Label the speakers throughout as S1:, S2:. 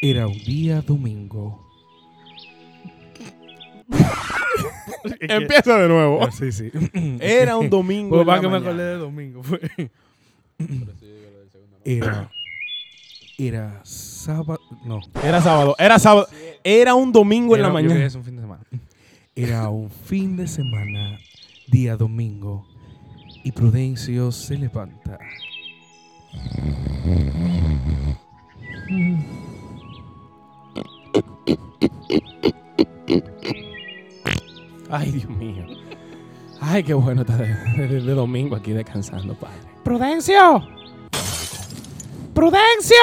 S1: Era un día domingo. Empieza de nuevo.
S2: Ah, Sí, sí.
S3: Era un domingo.
S2: Pues
S3: en la
S2: va que me
S3: mañana.
S2: acordé de domingo. fue.
S1: Era. Era sábado. No.
S3: Era sábado. Era sábado. Era un domingo en
S2: Era-
S3: la
S2: yo
S3: mañana.
S2: creo que Es un fin de semana.
S1: Era un fin de semana, día domingo. Y Prudencio se levanta.
S3: Ay, Dios mío. Ay, qué bueno estar de, de- de domingo aquí descansando, padre. ¡Prudencio! ¡Prudencio!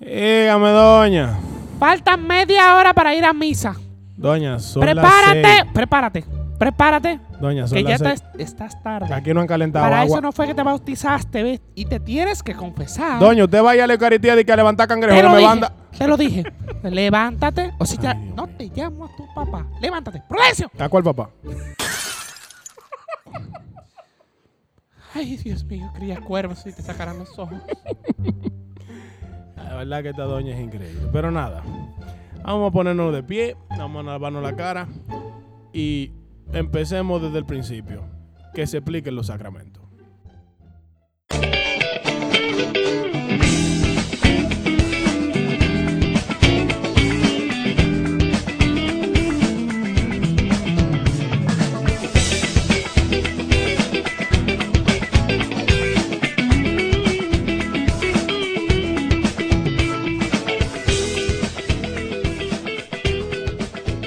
S3: Dígame, doña.
S4: Faltan media hora para ir a misa.
S3: Doña, son las
S4: prepárate,
S3: seis.
S4: prepárate, prepárate,
S3: Doña, son
S4: que ya
S3: las
S4: te-
S3: seis.
S4: estás tarde.
S3: Aquí no han calentado
S4: para
S3: agua.
S4: eso no fue que te bautizaste, ¿ves? Y te tienes que confesar.
S3: Doña, usted vaya a la Eucaristía y que a levantar
S4: te
S3: cangrejos.
S4: lo
S3: Me
S4: dije,
S3: manda.
S4: te lo dije. Levántate, o si te-
S3: Ay, Dios
S4: no
S3: mío.
S4: te llamo a tu papá. Levántate, Prudencio.
S3: ¿A cuál papá?
S4: Ay, Dios mío, cría cuervos y te sacarán los ojos.
S3: La verdad que esta doña es increíble. Pero nada, vamos a ponernos de pie, vamos a lavarnos la cara y empecemos desde el principio. Que se expliquen los sacramentos.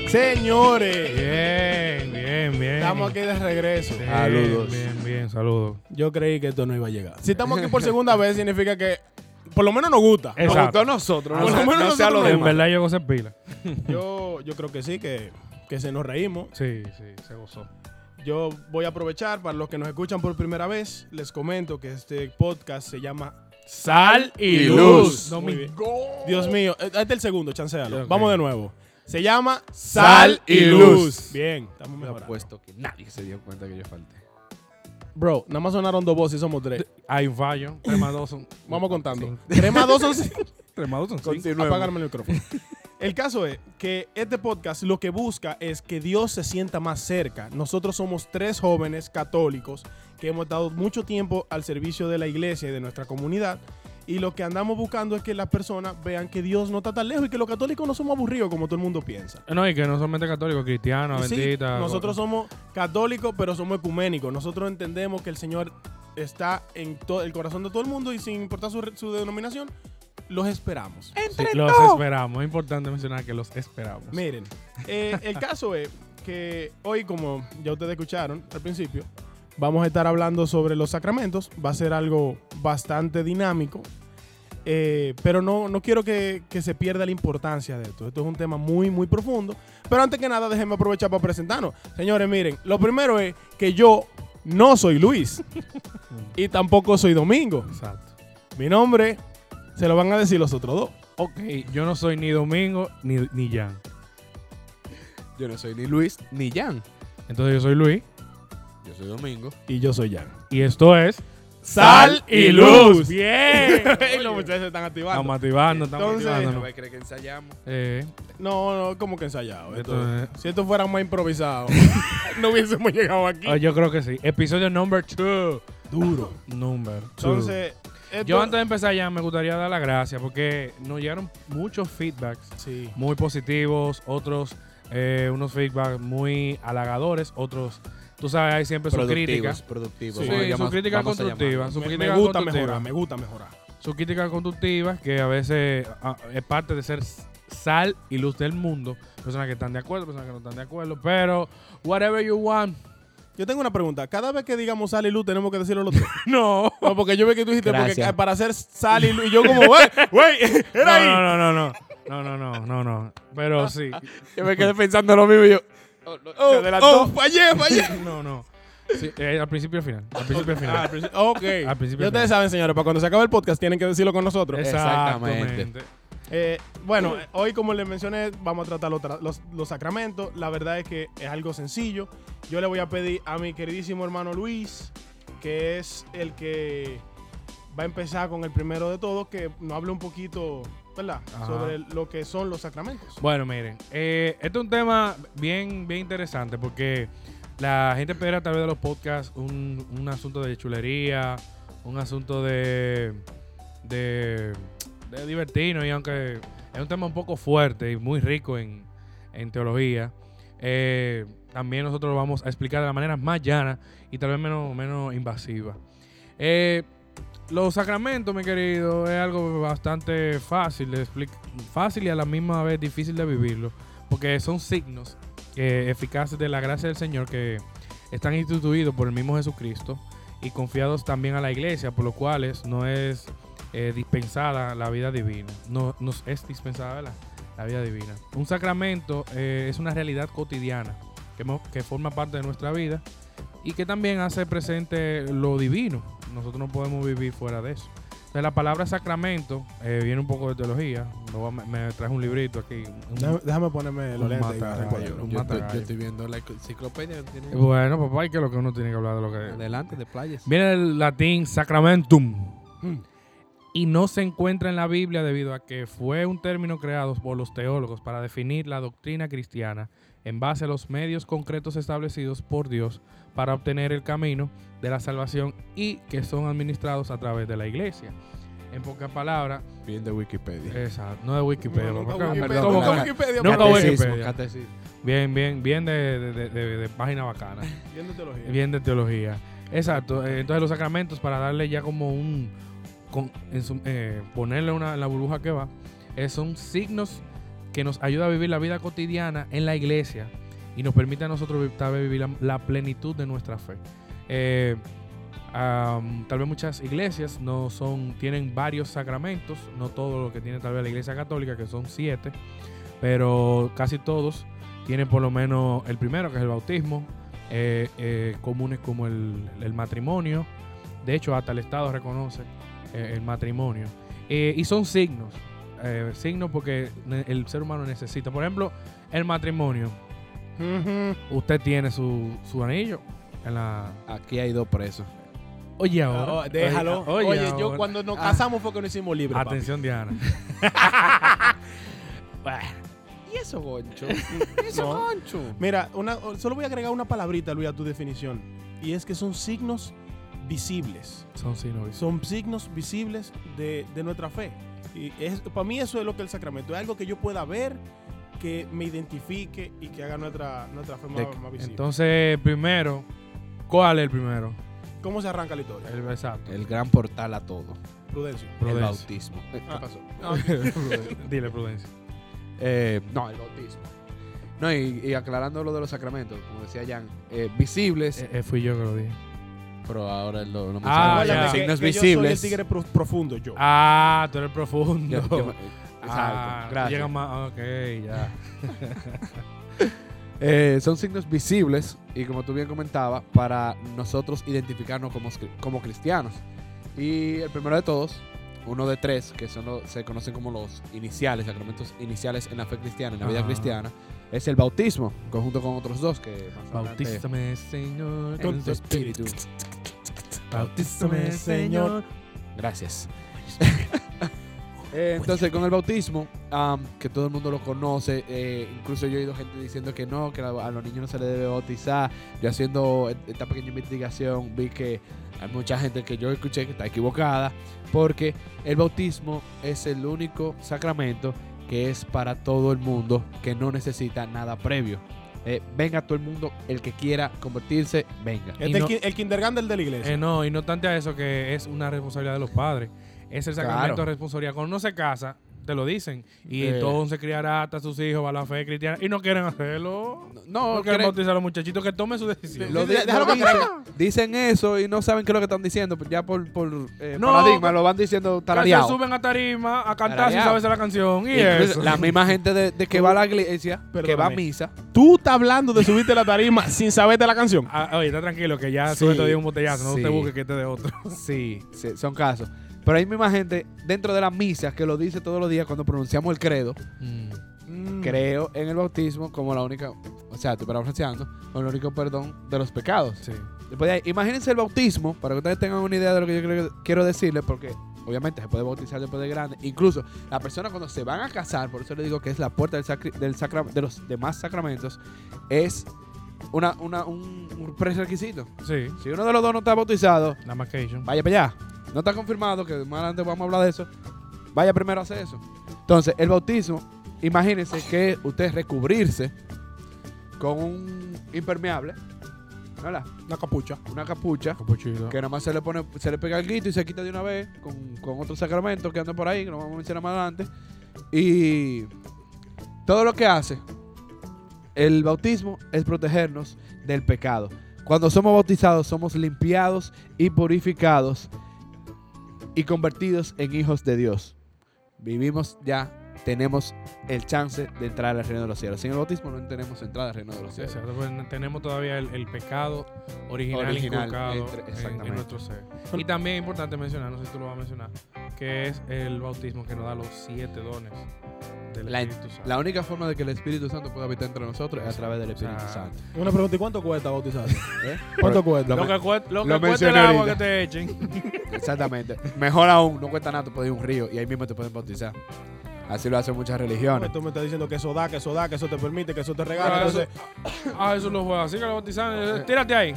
S3: Señores,
S2: Bien, bien, bien.
S3: estamos aquí de regreso. Ah.
S2: Bien,
S3: Saludos.
S2: Bien, bien, saludos.
S3: Yo creí que esto no iba a llegar. Si estamos aquí por segunda vez, significa que por lo menos nos gusta.
S2: Eh.
S5: Nos
S2: Exacto.
S5: gustó a nosotros, Ah, no,
S3: Por lo
S5: sea-
S3: menos
S5: no sea a
S3: nosotros
S5: los
S3: nos
S2: En
S5: demás.
S2: verdad yo gocé pila.
S3: Yo, yo creo que sí, que, que se nos reímos.
S2: Sí, sí, se gozó.
S3: Yo voy a aprovechar para los que nos escuchan por primera vez, les comento que este podcast se llama
S2: Sal
S5: y luz.
S3: Muy bien.
S5: Domingo.
S3: Dios mío, eh, este es el segundo, chancealo.
S2: Ok.
S3: Vamos de nuevo. Se llama
S5: Sal y Luz.
S3: Bien, estamos
S5: Me
S3: mejorando.
S5: apuesto que nadie se dio cuenta que yo falté.
S3: Bro, nada más sonaron dos voces y somos tres.
S2: Hay un fallo. Tres más dos son.
S3: Vamos contando.
S2: Sí.
S3: Tres más dos son cinco.
S2: Tres más dos son cinco.
S5: Continuemos.
S3: Apágame el micrófono. El caso es que este podcast lo que busca es que Dios se sienta más cerca. Nosotros somos tres jóvenes católicos que hemos dado mucho tiempo al servicio de la iglesia y de nuestra comunidad. Y lo que andamos buscando es que las personas vean que Dios no está tan lejos y que los católicos no somos aburridos como todo el mundo piensa.
S2: No, y que no solamente católico, cristiano,
S3: Sí,
S2: Ah, bendita.
S3: nosotros somos católicos, pero somos ecuménicos. Nosotros entendemos que el Señor está en todo el corazón de todo el mundo y sin importar su, re- su denominación, los
S2: Sí,
S3: esperamos.
S4: Entre
S2: los
S4: todos.
S2: esperamos. Es importante mencionar que los esperamos.
S3: Miren, eh, el caso es que hoy, como ya ustedes escucharon al principio, vamos a estar hablando sobre los sacramentos. Va a ser algo bastante dinámico. eh, pero no, no quiero que, que se pierda la importancia de esto. Esto es un tema muy, muy profundo. Pero antes que nada, déjenme aprovechar para presentarnos. Señores, miren, lo primero es que yo no soy Luis. y tampoco soy Domingo.
S2: Exacto.
S3: Mi nombre se lo van a decir los otros dos.
S2: Ok, yo no soy ni Domingo ni, ni Jan.
S5: Yo no soy ni Luis ni Jan.
S2: Entonces yo soy Luis.
S5: Yo soy Domingo.
S3: Y yo soy Jan.
S2: Y esto es.
S3: Sal y luz.
S2: ¡Bien!
S3: los muchachos están activando.
S2: Estamos activando, estamos
S3: Entonces-
S5: No
S2: activándonos.
S5: me crees que ensayamos.
S2: Eh,
S3: No, no, como que ensayado. Esto-
S2: Entonces-
S3: si esto fuera más improvisado, no hubiésemos llegado aquí.
S2: ah, yo creo que sí. Episodio number 2.
S3: Duro.
S2: Number 2.
S3: Entonces, esto-
S2: Yo antes de empezar ya me gustaría dar las gracias porque nos llegaron muchos feedbacks
S3: Sí.
S2: muy positivos, otros eh, unos feedbacks muy halagadores, otros, tú sabes, hay siempre su crítica.
S5: Productivos, productivos.
S3: Sí,
S5: vamos a
S2: Sí, su
S5: llamar-
S2: crítica
S5: vamos a
S2: constructiva.
S5: llamarlo.
S2: Su
S3: Me,
S2: crítica
S3: me gusta
S2: constructiva.
S3: mejorar, me gusta mejorar.
S2: Su crítica constructiva, que a veces ah, es parte de ser s- sal y luz del mundo. Personas que están de acuerdo, personas que no están de acuerdo, pero whatever you want.
S3: Yo tengo una pregunta. Cada vez que digamos sal y luz, tenemos que decirlo los tres.
S2: No.
S3: No, porque yo vi que tú dijiste porque,
S5: Gracias.
S3: eh, para hacer sal y luz. Y yo, como, güey, güey, era ahí.
S2: No, no, no, no. No, no, no, no, no. Pero sí.
S5: Yo me quedé pensando lo mismo y yo. Oh, no, se
S3: Oh,
S5: adelantó.
S3: oh, fallé, fallé.
S2: No, no. Sí, eh, al principio y al final. Al principio y al
S3: Ah,
S2: final.
S3: al principio- ok.
S2: Al principio
S3: Ya ustedes saben, señores, para cuando se acabe el podcast tienen que decirlo con nosotros.
S5: Exactamente.
S2: Exactamente.
S3: Eh, bueno, eh, hoy como les mencioné, vamos a tratar los, tra- los- los sacramentos. La verdad es que es algo sencillo. Yo le voy a pedir a mi queridísimo hermano Luis, que es el que va a empezar con el primero de todo, que nos hable un poquito ¿verdad?
S2: Ajá.
S3: Sobre lo que son los sacramentos.
S2: Bueno, miren, eh, este es un tema bien, bien interesante porque la gente espera tal vez de los podcasts un, un asunto de chulería, un asunto de, de, de divertirnos y aunque es un tema un poco fuerte y muy rico en, en teología, eh, también nosotros lo vamos a explicar de la manera más llana y tal vez menos, menos invasiva. Eh, los sacramentos, mi querido, es algo bastante fácil de explic- fácil y a la misma vez difícil de vivirlo, porque son signos eh, eficaces de la gracia del Señor que están instituidos por el mismo Jesucristo y confiados también a la iglesia, por lo cuales no es eh, dispensada la vida divina, no nos es dispensada ¿verdad? la vida divina. Un sacramento eh, es una realidad cotidiana que, mo- que forma parte de nuestra vida y que también hace presente lo divino. Nosotros no podemos vivir fuera de eso. Entonces, la palabra sacramento eh, viene un poco de teología. Me, voy a- me traje un librito aquí. un-
S3: Déjame, ponerme
S2: los
S3: los
S2: lentes y
S3: lentes.
S2: recuerdo.
S5: Yo,
S2: Un
S5: yo estoy,
S2: matagallo.
S5: yo estoy viendo la enciclopedia que tiene
S2: Bueno, papá, y que lo que uno tiene que hablar de lo que
S5: adelante de playas.
S2: Viene del latín sacramentum. Hmm. Y no se encuentra en la Biblia debido a que fue un término creado por los teólogos para definir la doctrina cristiana en base a los medios concretos establecidos por Dios para obtener el camino de la salvación y que son administrados a través de la iglesia. En pocas palabras,
S5: Bien de Wikipedia.
S2: exacto, no de Wikipedia. papá, que-
S5: Wikipedia,
S2: ¿cómo
S5: nunca
S2: que-
S3: Wikipedia.
S2: Eh, Nunca
S3: papá.
S2: Wikipedia.
S5: Catecismo, catecismo.
S2: Bien, bien, bien de- de- de- de- de página bacana.
S3: Viendo teología.
S2: Bien de teología. Exacto. eh, Entonces los sacramentos, para darle ya como un... con- en su- eh, ponerle una, la burbuja que va, eh, son signos que nos ayuda a vivir la vida cotidiana en la iglesia y nos permite a nosotros vi- tal vez vivir la, la plenitud de nuestra fe. Eh, am, tal vez muchas iglesias no son, tienen varios sacramentos, no todo lo que tiene tal vez la iglesia católica, que son siete, pero casi todos tienen por lo menos el primero, que es el bautismo, eh, eh, comunes como el, el matrimonio. De hecho, hasta el Estado reconoce eh, el matrimonio. Eh, y son signos. eh, signos porque ne- el ser humano necesita. Por ejemplo, el matrimonio.
S3: Ujú.
S2: Usted tiene su, su anillo en la.
S5: Aquí hay dos presos.
S2: Oye, ah,
S3: Oh, déjalo. Oye, yo
S2: ahora.
S3: cuando nos
S5: Ah.
S3: casamos fue que nos hicimos libres. papi.
S2: Atención, Diana.
S5: ¿Y eso, Goncho? ¿Y eso,
S3: No.
S5: Goncho?
S3: Mira, una, solo voy a agregar una palabrita, Luis, a tu definición. Y es que son signos visibles.
S2: Son signos.
S3: Son signos visibles de, de nuestra fe. Y es, para mí eso es lo que es el sacramento. Es algo que yo pueda ver, que me identifique y que haga nuestra, nuestra fe más,
S2: De-
S3: más visible.
S2: Entonces, primero. ¿Cuál es el primero?
S3: ¿Cómo se arranca la historia?
S2: El exacto.
S5: El gran portal a todo.
S3: Prudencio.
S5: El
S2: Prudencia.
S5: bautismo.
S3: Ah, pasó.
S2: Dile, prudencia.
S5: Eh, no, el bautismo. No, y, y aclarando lo de los sacramentos, como decía Jan, eh, visibles,
S2: Eh, eh, fui yo que lo dije.
S5: pero ahora lo, lo
S2: Ah, ya.
S5: mencionaba, los
S3: Acuérdate que-
S5: signos
S3: que yo soy
S5: visibles.
S3: el tigre pro- profundo, yo.
S2: Ah, tú eres profundo.
S5: Ya, ya me-
S2: Ah,
S5: exacto, gracias.
S2: Llega más. Ok, ya.
S5: Eh, son signos visibles y como tú bien comentabas, para nosotros identificarnos como, cri- como cristianos. Y el primero de todos, uno de tres, que son los- se conocen como los iniciales, sacramentos iniciales en la fe cristiana, en la vida
S2: Ajá.
S5: cristiana, es el bautismo, conjunto con otros dos que más adelante-
S2: Bautízame, Señor,
S5: Con tu espíritu.
S2: Bautízame,
S3: Señor.
S2: Señor.
S5: Gracias. Eh, Entonces, con el bautismo, am, que todo el mundo lo conoce, eh, incluso yo he oído gente diciendo que no, que la- a los niños no se les debe bautizar. Yo haciendo e- esta pequeña investigación vi que hay mucha gente que yo escuché que está equivocada, porque el bautismo es el único sacramento que es para todo el mundo, que no necesita nada previo. Eh, venga todo el mundo, el que quiera convertirse, venga.
S3: Este
S2: y
S3: es
S2: no-
S3: el ki- el kindergarten de la iglesia.
S2: Eh, no, y no tanto a eso, que es una responsabilidad de los padres. Es el sacramento de responsabilidad. Cuando uno se casa, te lo dicen. Y
S5: Eh.
S2: todo se criará hasta sus hijos a la fe cristiana. Y no quieren hacerlo. No,
S5: No,
S2: quieren
S5: creo-
S2: bautizar a los muchachitos que tomen su decisión.
S5: Lo di-
S3: Déjalo
S5: lo
S3: que
S5: dicen, dicen eso y no saben qué es lo que están diciendo. pues Ya por, por eh,
S2: No,
S5: paradigma lo van diciendo
S2: que se
S5: tarareado.
S2: suben a tarima a cantar sin
S5: Tarareado.
S2: saberse la canción. Y
S5: Incluso
S2: eso.
S5: La misma gente de, de que va a la iglesia, que va a
S3: Perdóname.
S5: misa.
S3: Tú estás hablando de subirte a la tarima sin saberte la canción.
S2: Ah, oye, está tranquilo, que ya
S5: Sí,
S2: sube te dio un botellazo. No
S5: sí.
S2: te busques que te dé otro.
S5: Sí, sí, son casos. Pero hay misma gente dentro de las misas que lo dice todos los días cuando pronunciamos el credo.
S2: Mm.
S3: Mm,
S5: Creo en el bautismo como la única, o sea, estoy parafraseando, como el único perdón de los pecados.
S2: Sí.
S5: Después de ahí, imagínense el bautismo, para que ustedes tengan una idea de lo que yo creo- quiero decirles, porque obviamente se puede bautizar después de grande. Incluso la persona cuando se van a casar, por eso le digo que es la puerta del sacri- del sacra- de los demás sacramentos, es una, una- un, un prerequisito.
S2: Sí,
S5: Si uno de los dos no está bautizado,
S2: la marcation.
S5: vaya para allá. No está confirmado, que más adelante vamos a hablar de eso. Vaya primero a hacer eso. Entonces, el bautismo, imagínense que usted recubrirse con un impermeable, ¿verdad?
S3: Una capucha.
S5: Una capucha,
S2: Capuchino.
S5: que nada más se le pone, se le pega el grito y se quita de una vez con, con otros sacramentos que andan por ahí, que no vamos a mencionar más adelante. Y todo lo que hace el bautismo es protegernos del pecado. Cuando somos bautizados, somos limpiados y purificados y convertidos en hijos de Dios. Vivimos ya, tenemos el chance de entrar al reino de los cielos. Sin el bautismo no tenemos entrada al reino de los
S2: Sí,
S5: cielos.
S2: exacto, pues, tenemos todavía el, el pecado original,
S5: Original,
S2: inculcado
S5: entre-
S2: en- en,
S5: exactamente.
S2: nuestro ser. Y también es importante mencionar, no sé si tú lo vas a mencionar, que es el bautismo que nos da los siete dones del
S5: La,
S2: Espíritu Santo.
S5: la única forma de que el Espíritu Santo pueda habitar entre nosotros es a través del Espíritu
S2: O sea,
S5: Santo.
S3: Una pregunta, ¿y cuánto cuesta bautizarse?
S5: ¿eh?
S3: ¿Cuánto cuesta?
S2: lo que, cuesta- lo que
S5: lo
S2: cuesta el
S5: mencioné
S2: agua
S5: ahorita.
S2: que te echen.
S5: Exactamente. Mejor aún, no cuesta nada, tú puedes ir a un río y ahí mismo te pueden bautizar. Así lo hacen muchas religiones.
S3: Tú me estás diciendo que eso da, que eso da, que eso te permite, que eso te regala.
S2: Ah, eso,
S3: Entonces,
S2: ah, eso lo juega. Así que lo bautizan. eh, Tírate ahí.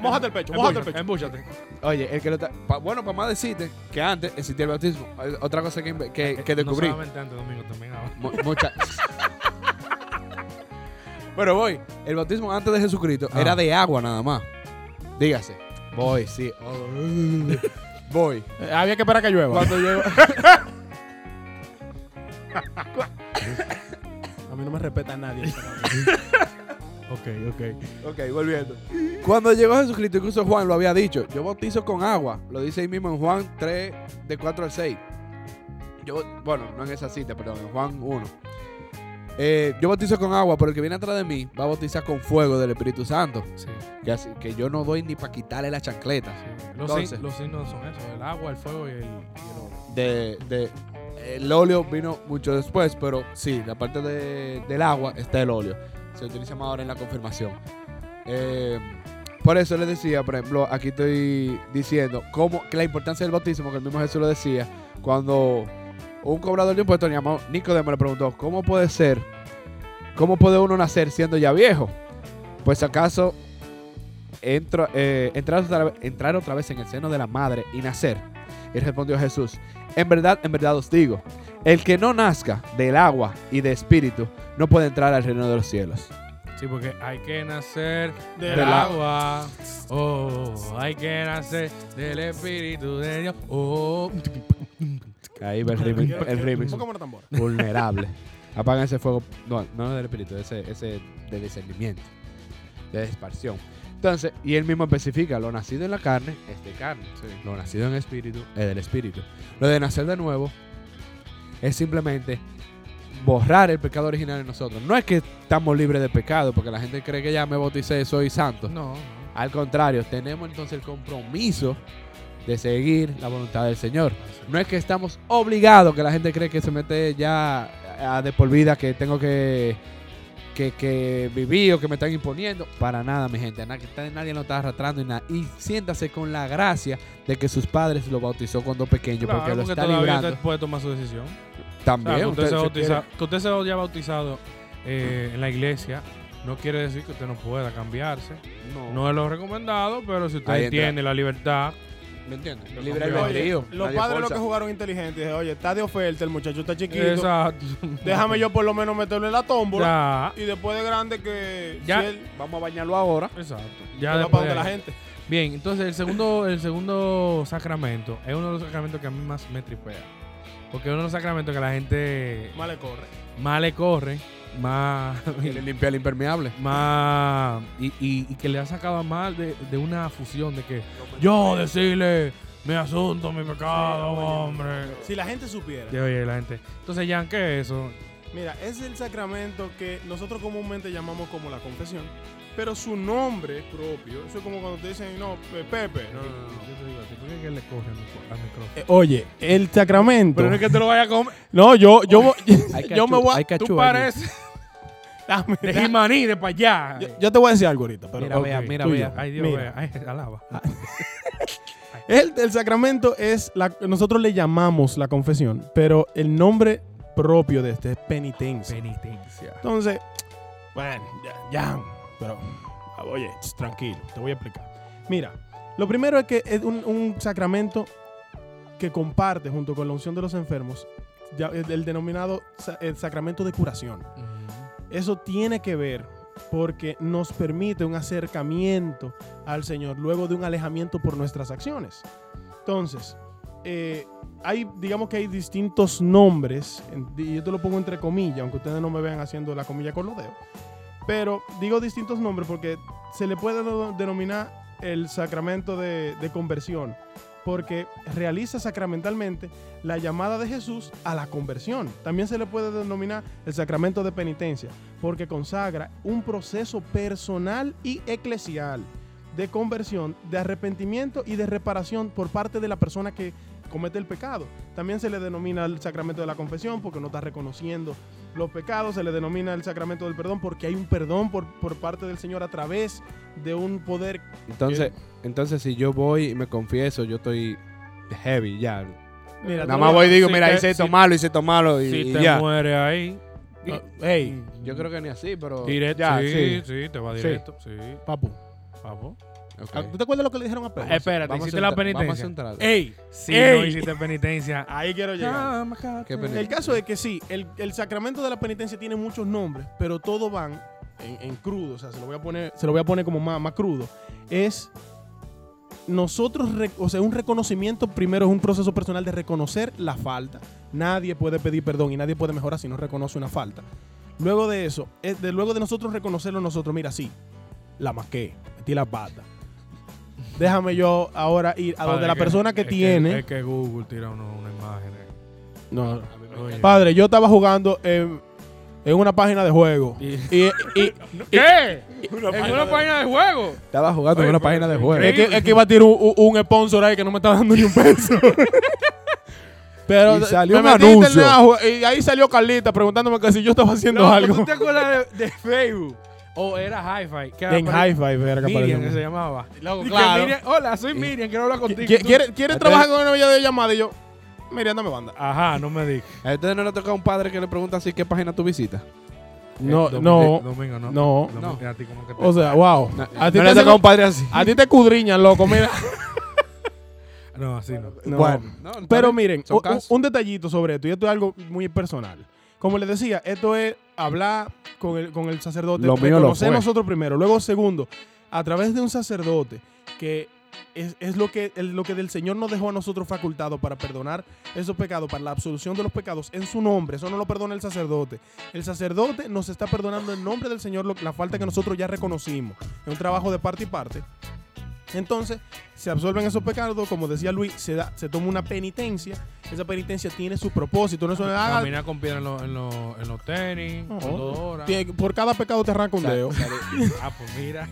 S3: mojate el pecho, mojate el pecho.
S2: Embúchate.
S5: Oye, el que lo está- pa- bueno, para más decirte que antes existía el bautismo. Eh, Otra cosa que, inve- que, que descubrí.
S2: No solamente antes, Domingo, también ahora.
S5: Mu- mucha- bueno, voy. El bautismo antes de Jesucristo
S2: Ah.
S5: era de agua nada más. Dígase. Voy, sí. voy.
S3: Eh, había que esperar que llueva.
S5: Cuando llego.
S3: A mí no me respeta nadie.
S2: Ok, ok.
S5: Ok, volviendo. Cuando llegó Jesucristo, incluso Juan lo había dicho, yo bautizo con agua. Lo dice ahí mismo en Juan 3, de 4 al 6. Yo, bueno, no en esa cita, perdón, en Juan 1. Eh, yo bautizo con agua, pero el que viene atrás de mí va a bautizar con fuego del Espíritu Santo.
S2: Sí, sí.
S5: Que, así- que yo no doy ni para quitarle la chancleta.
S2: Los,
S5: Entonces-
S2: sin- los signos son esos: el agua, el fuego y el, y el oro.
S5: De, de- eh, el óleo vino mucho después, pero sí, la parte de- del agua está el óleo. Se utiliza más ahora en la confirmación. Eh, por eso les decía, por ejemplo, aquí estoy diciendo cómo, que la importancia del bautismo, que el mismo Jesús lo decía, cuando un cobrador de impuestos llamado Nicodemo le preguntó, ¿cómo puede ser? ¿Cómo puede uno nacer siendo ya viejo? Pues acaso entra- eh, entrar, otra, entrar otra vez en el seno de la madre y nacer. Y respondió Jesús, en verdad, en verdad os digo, el que no nazca del agua y de espíritu no puede entrar al reino de los cielos.
S2: Sí, porque hay que nacer del,
S5: Del
S2: agua. Oh, hay que nacer del Espíritu de Dios. Oh,
S5: Ahí va el remix. El remix.
S3: Póngame una tambora.
S5: Vulnerable. Apagan ese fuego. No, no del espíritu, ese, ese de discernimiento, de dispersión. Entonces, y él mismo especifica, lo nacido en la carne es de carne. Lo nacido en espíritu es del espíritu. Lo de nacer de nuevo es simplemente borrar el pecado original en nosotros. No es que estamos libres de pecado, porque la gente cree que ya me bauticé, soy santo.
S2: no.
S5: Al contrario, tenemos entonces el compromiso de seguir la voluntad del Señor. No es que estamos obligados, que la gente cree que se mete ya a de por vida, que tengo que, que, que vivir o que me están imponiendo. Para nada, mi gente. Na- que Nadie lo está arrastrando y nada. Y siéntase con la gracia de que sus padres lo bautizó cuando pequeño,
S2: Claro,
S5: porque lo está
S2: todavía
S5: librando.
S2: usted puede tomar su decisión. O sea,
S5: También,
S2: que usted,
S5: usted Mm.
S2: se
S5: si
S2: bautiza- que usted se haya bautizado eh, en la iglesia no quiere decir que usted no pueda cambiarse.
S5: quiere- no,
S2: No es lo recomendado, pero si usted
S5: Ahí entra.
S2: tiene la libertad,
S5: ¿Me entiendes?
S2: Lo
S5: Libre
S2: cambió.
S3: Oye,
S5: albedrío.
S3: los
S5: Nadie
S3: padres lo
S5: forza.
S3: que jugaron inteligente, dije, oye, está de oferta, el muchacho está chiquito.
S2: exacto.
S3: Déjame yo por lo menos meterle la tómbola.
S2: Ya,
S3: Y después de grande que
S2: Ya.
S3: si él
S5: Vamos a bañarlo ahora.
S2: exacto.
S3: que
S2: Ya
S3: va
S2: después de
S3: para donde la
S2: ahí.
S3: gente.
S2: Bien, entonces el segundo, el segundo sacramento es uno de los sacramentos que a mí más me tripea. Porque es uno de los sacramentos que la gente
S3: Más le corre.
S2: más le corre, más,
S5: Quiere limpiar el impermeable.
S2: más y, y- y que le ha sacado más de, de una fusión de que yo decirle mi asunto, mi pecado, hombre.
S3: Si la gente supiera.
S2: Y oye, la gente. Entonces, Jan, ¿qué es eso?
S3: Mira, es el sacramento que nosotros comúnmente llamamos como la confesión, pero su nombre propio, eso es como cuando te dicen, no, Pe- Pepe.
S2: No, no, no. Yo te digo a ti, ¿por qué es que le coge al micro- al micrófono?
S3: Eh, Oye, el sacramento.
S2: que te lo vaya a comer.
S3: No, yo, yo, voy- yo me voy a. Ah,
S2: Tú pareces
S3: Dame,
S2: de
S3: dame.
S2: Jimaní, de para allá.
S3: Yo, yo te voy a decir algo ahorita, pero.
S5: Mira, vea,
S2: Ok,
S5: mira,
S2: tuyo.
S5: vea.
S2: Ay, Dios,
S3: Mira.
S2: vea. Ay, alaba.
S3: El, el sacramento es, la, nosotros le llamamos la confesión, pero el nombre propio de este es penitencia.
S2: Penitencia.
S3: Entonces, bueno, ya, ya, pero, ah, oye, tss, tranquilo, te voy a explicar. Mira, lo primero es que es un, un sacramento que comparte junto con la unción de los enfermos, ya, el, el denominado sa- el sacramento de curación. Eso tiene que ver porque nos permite un acercamiento al Señor luego de un alejamiento por nuestras acciones. Entonces, eh, hay, digamos que hay distintos nombres, en- y yo te lo pongo entre comillas, aunque ustedes no me vean haciendo la comilla con los dedos, pero digo distintos nombres porque se le puede do- denominar el sacramento de, de conversión, porque realiza sacramentalmente la llamada de Jesús a la conversión. También se le puede denominar el sacramento de penitencia, porque consagra un proceso personal y eclesial de conversión, de arrepentimiento y de reparación por parte de la persona que comete el pecado. También se le denomina el sacramento de la confesión porque no está reconociendo los pecados, se le denomina el sacramento del perdón porque hay un perdón por, por parte del Señor a través de un poder.
S5: Entonces, entonces si yo voy y me confieso, yo estoy heavy ya.
S3: Mira,
S5: Nada
S3: tú-
S5: más voy y digo,
S2: si
S5: mira,
S2: te-
S5: hice esto
S2: si-
S5: malo, hice esto malo y,
S2: Si
S5: y
S2: te
S5: ya.
S2: mueres ahí, Ah,
S3: No, Ey,
S5: Yo creo que ni así, pero
S2: directo.
S5: ya,
S2: sí,
S5: sí.
S2: sí, te va
S3: Sí.
S2: directo. Sí,
S3: papu,
S2: papo.
S5: Ok.
S3: Ah, ¿tú te acuerdas lo que le dijeron a Pedro?
S2: Espérate,
S5: Vamos a
S2: hiciste
S5: hacer
S2: la
S5: un tra- vamos a hacer
S2: penitencia.
S5: un trago.
S3: Ey,
S2: Si
S3: Ey.
S2: no hiciste penitencia.
S3: ahí quiero llegar.
S5: Qué pena.
S3: El caso es que sí, el, el sacramento de la penitencia tiene muchos nombres, pero todos van en, en crudo, o sea, se lo voy a poner, se lo voy a poner como más, más crudo. Es nosotros, re- o sea, un reconocimiento primero es un proceso personal de reconocer la falta. Nadie puede pedir perdón y nadie puede mejorar si no reconoce una falta. Luego de eso, es de, luego de nosotros reconocerlo nosotros, mira, sí, la maqué, metí la pata. Déjame yo ahora ir a donde
S2: Padre,
S3: la
S2: que-
S3: persona que
S2: es
S3: tiene...
S2: es que Google tira uno- una imagen. eh.
S3: no,
S5: A mí me
S2: Oye.
S3: Padre, yo estaba jugando en, en una página de juego. Y, y-
S2: ¿Qué? ¿En una página de juego?
S5: Estaba jugando en
S2: Oye,
S5: una
S2: pero-
S5: página de juego.
S3: es, que, es que iba a tirar un, un- un sponsor ahí que no me estaba dando ni un peso. Pero
S5: Y salió
S3: me
S5: un
S3: metí en
S5: anuncio.
S3: internet a jugar- y ahí salió Carlita preguntándome que si yo estaba haciendo
S2: Loco,
S3: algo.
S2: ¿Tú te acuerdas de, de Facebook? O era Hi-Fi. que
S3: En
S2: apare-
S3: Hi-Fi, verga,
S2: Miriam,
S3: parece.
S2: que se llamaba. Loco,
S3: claro.
S2: Hola, soy Miriam, quiero hablar contigo.
S3: ¿Qui-
S2: Tú-
S3: ¿Quiere, quiere
S5: Este
S3: trabajar con una videollamada? Y yo, Miriam, dame banda.
S2: Ajá, no me digas.
S5: ¿A ustedes no le toca a un padre que le pregunta así qué página tú visitas?
S3: No,
S2: Eh, domi- eh,
S3: no,
S2: Domingo, no.
S3: no.
S2: Domingo, a ti como que te-
S3: O sea, wow.
S5: No,
S3: A ti te
S5: no le toca a un
S3: hacen-
S5: padre así.
S3: a ti te escudriñan, loco, mira.
S2: no, así no.
S3: No.
S5: no, está
S3: Pero
S5: bien.
S3: miren,
S5: Son
S3: u- u-
S5: casos.
S3: un detallito sobre esto, y esto es algo muy personal. Como les decía, esto es hablar con el, con el sacerdote,
S5: Lo mío lo
S3: reconocer
S5: fue.
S3: nosotros primero. Luego, segundo, a través de un sacerdote, que es, es lo, que, el- lo que del Señor nos dejó a nosotros facultado para perdonar esos pecados, para la absolución de los pecados en su nombre. Eso no lo perdona el sacerdote. El sacerdote nos está perdonando en nombre del Señor lo- la falta que nosotros ya reconocimos. Es un trabajo de parte y parte. Entonces, se absorben esos pecados, como decía Luis, se, da- se toma una penitencia. Esa penitencia tiene su propósito, no es una- ah,
S2: Caminar con piedra en, los- en los- en los tenis,
S3: No.
S2: con dos horas.
S3: ah, tiene- por cada pecado te arranca un dedo.
S2: Ah, pues mira.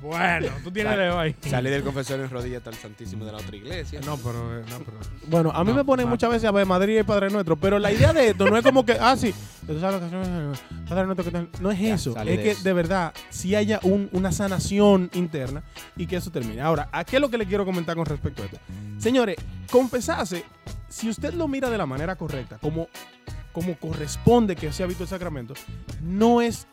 S2: Bueno, tú tienes
S5: Sal-
S2: dedo ahí.
S5: Salí del confesionario en rodillas hasta el Santísimo de la otra iglesia.
S2: No, pero, eh, no, pero.
S3: Bueno, a mí
S2: No,
S3: me ponen
S2: no.
S3: muchas veces a ver Madrid y Padre Nuestro, pero la idea de esto no es como que, ah, sí, tú sabes lo que hacemos, Padre Nuestro, que tal. no es
S5: Ya,
S3: eso,
S5: sale
S3: es
S5: de
S3: que
S5: eso.
S3: de verdad si haya un- una sanación interna y que eso termine. Ahora, ¿a qué es lo que le quiero comentar con respecto a esto? Señores, confesarse, si usted lo mira de la manera correcta, como, como corresponde que sea visto el sacramento, no es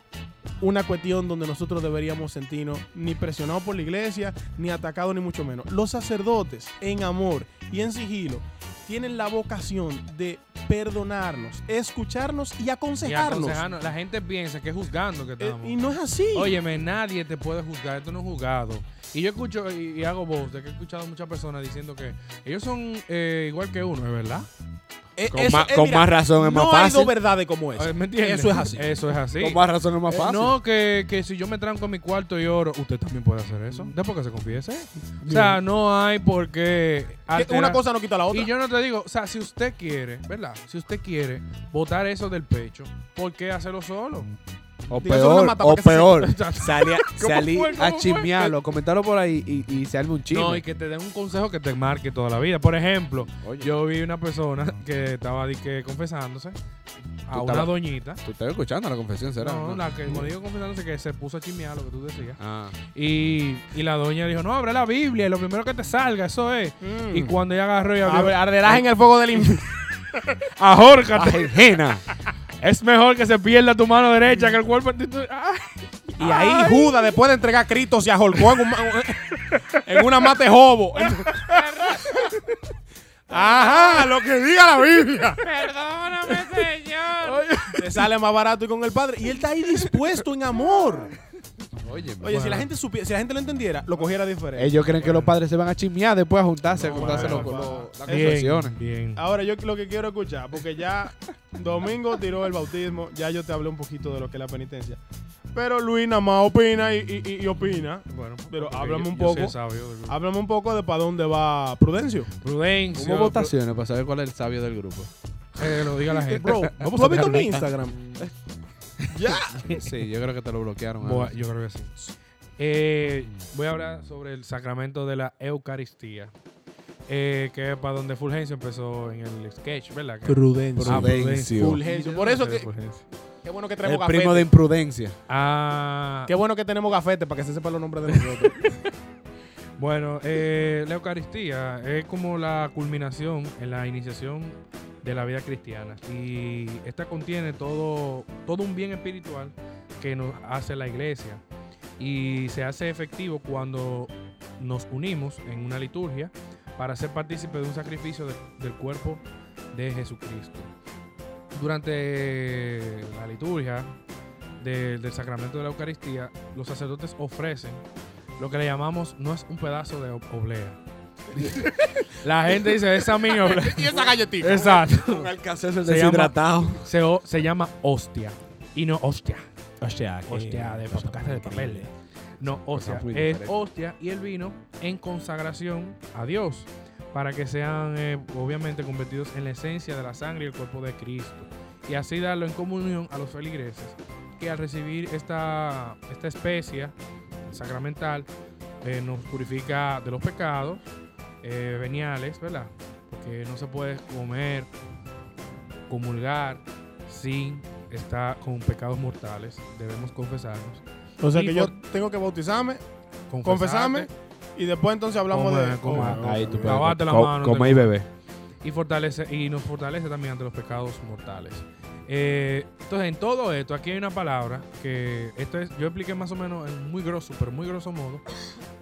S3: una cuestión donde nosotros deberíamos sentirnos ni presionados por la iglesia, ni atacados, ni mucho menos. Los sacerdotes, en amor y en sigilo, tienen la vocación de perdonarnos, escucharnos y
S2: Y
S3: aconsejarnos.
S2: aconsejarnos. La gente piensa que es juzgando que
S3: Eh,
S2: estamos.
S3: y no es así.
S2: Óyeme, nadie te puede juzgar, esto no es juzgado. Y yo escucho y, y hago voz de que he escuchado a muchas personas diciendo que ellos son eh, igual que uno, ¿es verdad?
S3: Eh,
S5: Con,
S3: eso-
S5: más,
S3: eh,
S5: con
S3: mira,
S5: más razón es más
S3: no hay
S5: fácil.
S3: dos verdades como
S2: Eh,
S3: esa.
S2: ¿Me entiendes?
S3: Eso es así.
S2: Eso es así.
S5: Con más razón es más
S2: Eh,
S5: fácil.
S2: no, que, que si yo me tranco en mi cuarto y oro, usted también puede hacer eso. Después que se confiese. O sea, no hay por qué.
S3: Que una
S2: alterar-
S3: cosa no quita la otra.
S2: Y yo no te digo, o sea, si usted quiere, ¿verdad? Si usted quiere botar eso del pecho, ¿por qué hacerlo solo?
S5: O
S3: Digo, eso no lo
S5: peor,
S3: mata para
S5: o
S3: que se-
S5: peor.
S2: Exacto.
S5: Salí a,
S2: ¿Cómo
S5: salí
S2: fue? ¿Cómo
S5: a
S2: fue?
S5: chismearlo, comentarlo por ahí y, y se arme un chisme.
S2: No,
S3: pues.
S2: y que te den un consejo que te marque toda la vida. Por ejemplo,
S5: Oye.
S2: yo vi una persona que estaba de que confesándose.
S5: tú
S2: a una
S5: estabas-
S2: doñita.
S5: tú estabas escuchando la confesión, ¿será?
S2: No, la que el monillo confesándose que se puso a chismear lo que tú decías.
S5: Ah.
S2: Y, y la doña dijo, no, abre la Biblia, y lo primero que te salga, eso es.
S3: Mm. Hmm.
S2: Y cuando ella agarró y abrió,
S3: Arderás en el fuego del infierno.
S2: ajórcate.
S5: Ajena.
S2: Es mejor que se pierda tu mano derecha que el cuerpo. ¡Ay!
S3: Y ahí Judas, después de entregar a Cristo, se ajolcó en, un ma- en una mate jobo. Ajá, lo que diga la Biblia.
S4: Perdóname, señor.
S3: Te sale más barato y con el Padre. Y él está ahí dispuesto en amor.
S5: Oye,
S3: Oye, si la gente supiera, si la gente lo entendiera, lo cogiera diferente.
S5: Ellos creen que los padres se van a chismear después a juntarse, a juntarse
S3: bueno,
S5: los-
S3: papá.
S5: los- las
S2: Bien,
S5: confesiones.
S2: bien.
S3: Ahora yo lo que quiero escuchar, porque ya Domingo tiró el bautismo, ya yo te hablé un poquito de lo que es la penitencia. Pero Luis nada más opina y, y- y- y opina.
S2: Bueno,
S3: Pero
S2: porque
S3: háblame
S2: yo-
S3: un
S2: yo
S3: poco. Ah,
S2: soy sabio del grupo.
S3: Háblame un poco de para dónde va Prudencio.
S2: Prudencio.
S5: Hubo votaciones para saber cuál es el sabio del grupo.
S2: Que Eh, lo diga la gente.
S3: Bro, ¿tú has visto mi Instagram? ya.
S5: Sí, yo creo que te lo bloquearon.
S2: Voy a-
S5: Alex.
S2: yo creo que sí. Eh, voy a hablar sobre el sacramento de la Eucaristía. eh, que es para donde Fulgencio empezó en el sketch, ¿verdad? Que-
S3: Prudencio.
S2: Ah,
S5: Prudencio.
S3: Fulgencio. Por eso que,
S2: Fulgencio.
S3: qué bueno que
S5: El
S3: tenemos
S5: primo de
S3: gafete.
S5: imprudencia.
S2: Ah,
S3: Qué bueno que tenemos gafete para que se sepan los nombres de nosotros.
S2: Bueno, eh, la Eucaristía es como la culminación en la iniciación de la vida cristiana y esta contiene todo, todo un bien espiritual que nos hace la iglesia y se hace efectivo cuando nos unimos en una liturgia para ser partícipes de un sacrificio de- del cuerpo de Jesucristo. Durante la liturgia de- del sacramento de la Eucaristía, los sacerdotes ofrecen lo que le llamamos no es un pedazo de ob- oblea. La gente dice, esa mini oblea.
S3: y esa galletita.
S2: Exacto.
S5: Alcacerse
S2: Se llama- deshidratado. Se, o- se llama hostia. Y no hostia.
S3: Hostia,
S2: Hostia, de pa- casa de papel. No, hostia.
S5: muy
S2: Es
S5: diferente.
S2: hostia y el vino en consagración a Dios. Para que sean, eh, obviamente, convertidos en la esencia de la sangre y el cuerpo de Cristo. Y así darlo en comunión a los feligreses. Que al recibir esta, esta especia sacramental, eh, nos purifica de los pecados eh, veniales, ¿verdad? Porque no se puede comer, comulgar sin estar con pecados mortales. Debemos confesarnos.
S3: O sea
S2: Y
S3: que yo
S2: por-
S3: tengo que bautizarme, confesarme
S2: Confesarte,
S3: y después entonces hablamos
S2: Come,
S3: de.
S2: come.
S3: Oh,
S5: Ahí tú puedes.
S2: Lavate la
S5: co-
S2: mano,
S5: Come
S2: te-
S5: y bebé.
S2: y fortalece y nos fortalece también ante los pecados mortales. Eh, entonces, en todo esto, aquí hay una palabra que esto es, yo expliqué más o menos en muy grosso, pero muy grosso modo,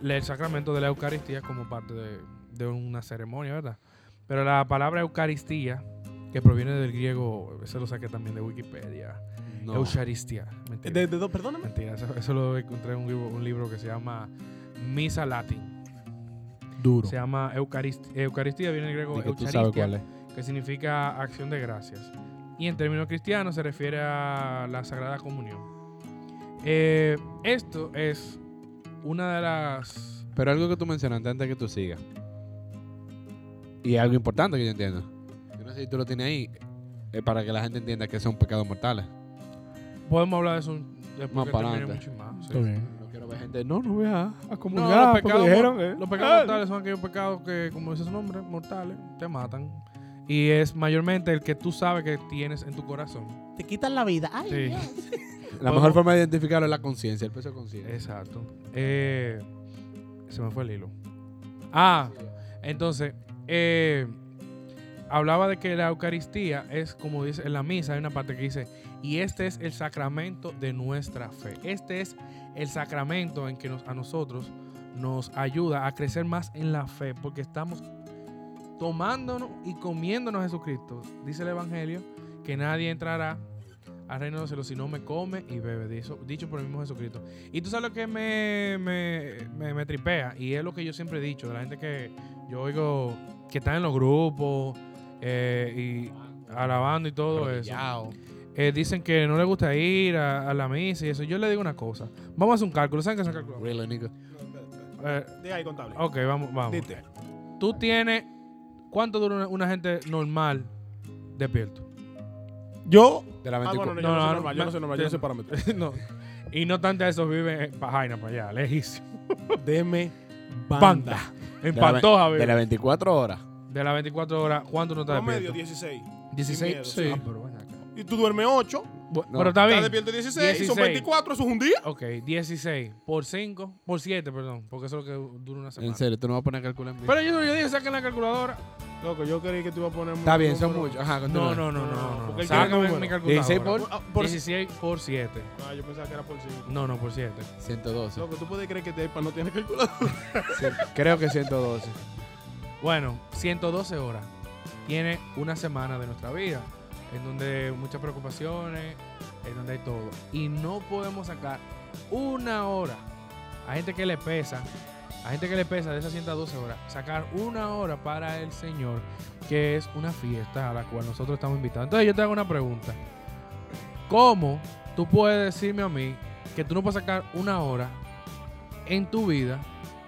S2: la- el sacramento de la Eucaristía como parte de, de una ceremonia, ¿verdad? Pero la palabra Eucaristía, que proviene del griego, eso lo saqué también de Wikipedia,
S5: No.
S2: Eucharistia. Mentira,
S3: de- de- de- perdóname.
S2: mentira, eso, eso lo encontré en un libro, un libro que se llama Misa Latin.
S1: Duro.
S2: Se llama Eucarist- Eucaristía, viene del griego
S5: Di que tú
S2: Eucharistia
S5: sabes cuál es.
S2: que significa acción de gracias. Y en términos cristianos se refiere a la Sagrada Comunión. Eh, esto es una de las...
S5: Pero algo que tú mencionaste antes que tú sigas. Y algo importante que yo entiendo. Yo no sé si tú lo tienes ahí. eh, para que la gente entienda que son pecados mortales.
S2: Podemos hablar de eso después
S5: Más
S2: que
S5: para
S2: termine
S5: adelante.
S2: mucho más. sí.
S1: Está bien.
S5: No quiero ver gente. No, no voy a,
S3: Ah,
S5: a
S2: No,
S5: comulgar.
S2: los pecados,
S5: porque dijeron,
S2: mor-
S5: eh.
S2: los pecados mortales son aquellos pecados que, como dice su nombre, mortales, te matan. Y es mayormente el que tú sabes que tienes en tu corazón.
S4: Te quitan la vida. Ay,
S2: Sí.
S4: Dios.
S5: La mejor forma de identificarlo es la conciencia, el peso de conciencia.
S2: Exacto. Eh, se me fue el hilo. Ah, entonces, eh, hablaba de que la Eucaristía es, como dice en la misa, hay una parte que dice, y este es el sacramento de nuestra fe. Este es el sacramento en que nos- a nosotros nos ayuda a crecer más en la fe, porque estamos tomándonos y comiéndonos a Jesucristo. Dice el Evangelio que nadie entrará al reino de los cielos si no me come y bebe, dicho, dicho por el mismo Jesucristo. Y tú sabes lo que me, me, me- me tripea, y es lo que yo siempre he dicho, de la gente que yo oigo que están en los grupos eh, y alabando y todo eso. Eh, dicen que no les gusta ir a, a la misa y eso. Yo le digo una cosa. Vamos a hacer un cálculo. ¿Saben qué es un cálculo?
S5: Really, Nico.
S2: Eh,
S3: Diga ahí, contable.
S2: ok, vamos, vamos.
S3: Dite.
S2: Tú tienes... ¿Cuánto dura una, una gente normal despierto?
S3: Yo.
S5: De la
S3: Ah,
S5: 24.
S2: No,
S3: bueno, no, yo no, soy
S2: no,
S3: normal,
S2: no,
S3: yo no soy normal, yo no soy parámetro.
S2: no. Y no tanto de esos viven en Pajaina, para allá, lejísimo.
S3: Deme
S2: Banda. En Pantoja,
S5: de la
S2: viven.
S5: 24 horas.
S2: De las 24 horas, ¿cuánto no está
S3: Promedio
S2: despierto?
S3: 16.
S2: 16.
S3: miedo,
S2: sí.
S3: sí.
S2: Ah, pero ven acá.
S3: y tú duermes 8,
S5: No.
S2: Pero está
S3: estás
S2: bien.
S3: despierto 16, y son
S2: 16.
S3: 24, eso es un día.
S2: Ok, 16 por 5, por 7, perdón, porque eso es lo que dura una semana.
S5: En serio, tú no vas a poner a calcular en vivo.
S2: Pero yo, yo dije, saquen la calculadora.
S3: Loco, yo creí que te iba a poner
S5: Está bien, son muchos. Ajá,
S2: No,
S5: continúa.
S2: no, no, no. no,
S3: Porque él tiene
S2: Sácame
S3: número.
S2: mi calculadora.
S5: 16 por-
S3: Ah, por-
S2: 16 por 7.
S3: Ah, yo pensaba que era por 5.
S2: No, no, por 7.
S5: 112.
S3: Loco, tú puedes creer que Tepa no tiene calculadora.
S5: Sí, Creo que 112.
S2: Bueno, 112 horas. Tiene una semana de nuestra vida. En donde muchas preocupaciones, en donde hay todo. Y no podemos sacar una hora a gente que le pesa, a gente que le pesa de esas 112 horas, sacar una hora para el Señor, que es una fiesta a la cual nosotros estamos invitados. Entonces yo te hago una pregunta. ¿Cómo tú puedes decirme a mí que tú no puedes sacar una hora en tu vida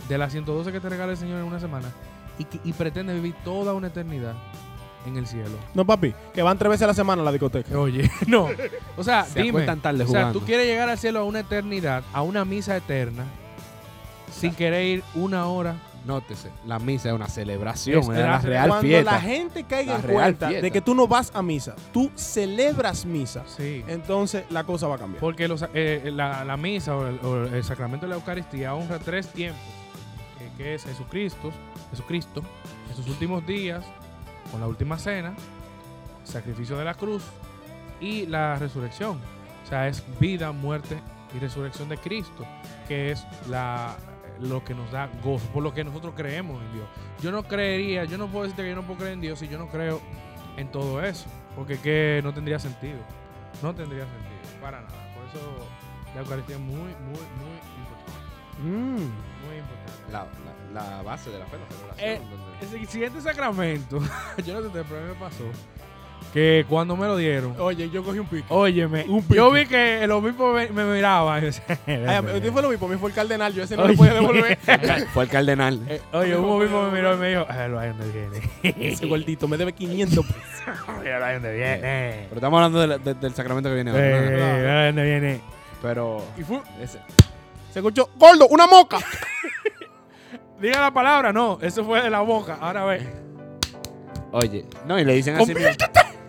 S2: de las 112 que te regala el Señor en una semana y, que- y pretendes vivir toda una eternidad en el cielo?
S3: No, papi, que van tres veces a la semana a la discoteca.
S2: Oye, no. O sea,
S5: Se
S2: Ah, dime.
S5: acuestan tarde
S2: o sea,
S5: jugando.
S2: tú quieres llegar al cielo a una eternidad, a una misa eterna, sin querer ir una hora.
S5: Nótese, la misa es una celebración,
S2: Es
S5: es
S2: la-
S5: la real
S3: Cuando
S5: fiesta.
S3: la gente caiga
S5: La
S3: en
S5: real
S3: cuenta
S5: fiesta.
S3: de que tú no vas a misa, tú celebras misa,
S2: Sí.
S3: entonces la cosa va a cambiar.
S2: Porque los- eh, la, la misa o el, o el sacramento de la Eucaristía honra tres tiempos, eh, que es Jesucristo, Jesucristo, en sus últimos días, con la última cena, sacrificio de la cruz y la resurrección. O sea, es vida, muerte y resurrección de Cristo, que es la, lo que nos da gozo, por lo que nosotros creemos en Dios. Yo no creería, yo no puedo decirte que yo no puedo creer en Dios si yo no creo en todo eso, porque que no tendría sentido. No tendría sentido, para nada. Por eso la Eucaristía es muy, muy, muy importante.
S3: Mm.
S2: Muy importante.
S5: La, la- la base de la fe, la celebración.
S2: Eh,
S5: donde-
S2: El siguiente sacramento, yo no sé ustedes, pero a mí me pasó que cuando me lo dieron,
S3: Oye, yo cogí un pico.
S2: óyeme, yo vi que el obispo me, me miraba. y decía,
S3: Ay, a mí fue lo mismo, a mí fue el cardenal, yo ese no
S2: Oye.
S3: lo podía devolver.
S5: Fue el cardenal.
S2: Eh, Oye, un obispo me miró y me dijo, "Ay, lo hay donde viene.
S3: ese gordito me debe 500 pesos.
S2: Mira, lo hay donde viene.
S5: Pero estamos hablando de la- de- del sacramento que viene ahora.
S2: Eh,
S5: ¿no?
S2: mira dónde viene.
S5: Pero.
S3: Y fue-
S5: ese-
S3: se escuchó, gordo, una moca.
S2: Diga la palabra, no, eso fue de la boca. Ahora ve.
S5: oye, no, y le dicen así. mismo.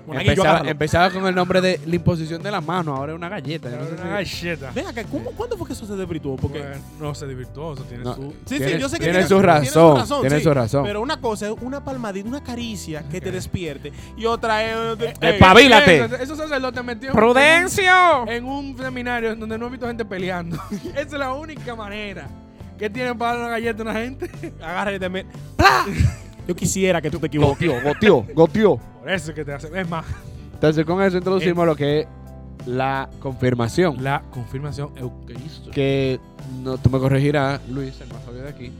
S3: Monaguillo,
S5: Empezaba,
S3: agárralo.
S5: empezaba con el nombre de la imposición de la mano, ahora es una galleta. yo no sé si-
S2: Ay, shit.
S3: Ven acá, ¿cómo, ¿cuándo fue que eso se desvirtuó? Porque
S2: Bueno, no se divirtió, eso tiene
S5: No,
S2: su.
S3: Sí,
S5: tiene,
S3: sí, yo sé que
S5: tiene su razón. Tiene su razón.
S3: sí. Pero una cosa es una palmadita, una caricia que te despierte. Y otra es.
S5: eh,
S3: pa-
S5: ¡Espabilate!
S2: Eso- Esos sacerdotes metió
S4: ¡Prudencio!
S5: Eh,
S2: en un seminario en donde no he visto gente peleando. Esa es la única manera que tienen para dar una galleta a una gente.
S3: Agárrate también. ¡Pla! Yo quisiera que tú te equivoques.
S5: Gotió, gotió, gotió.
S2: Por eso es que te hacen. Es más,
S5: Entonces, con eso
S3: Eh.
S5: introducimos lo que es la confirmación.
S2: la confirmación eucarística.
S5: Que no, tú me corregirás, Luis, el más sabio de aquí.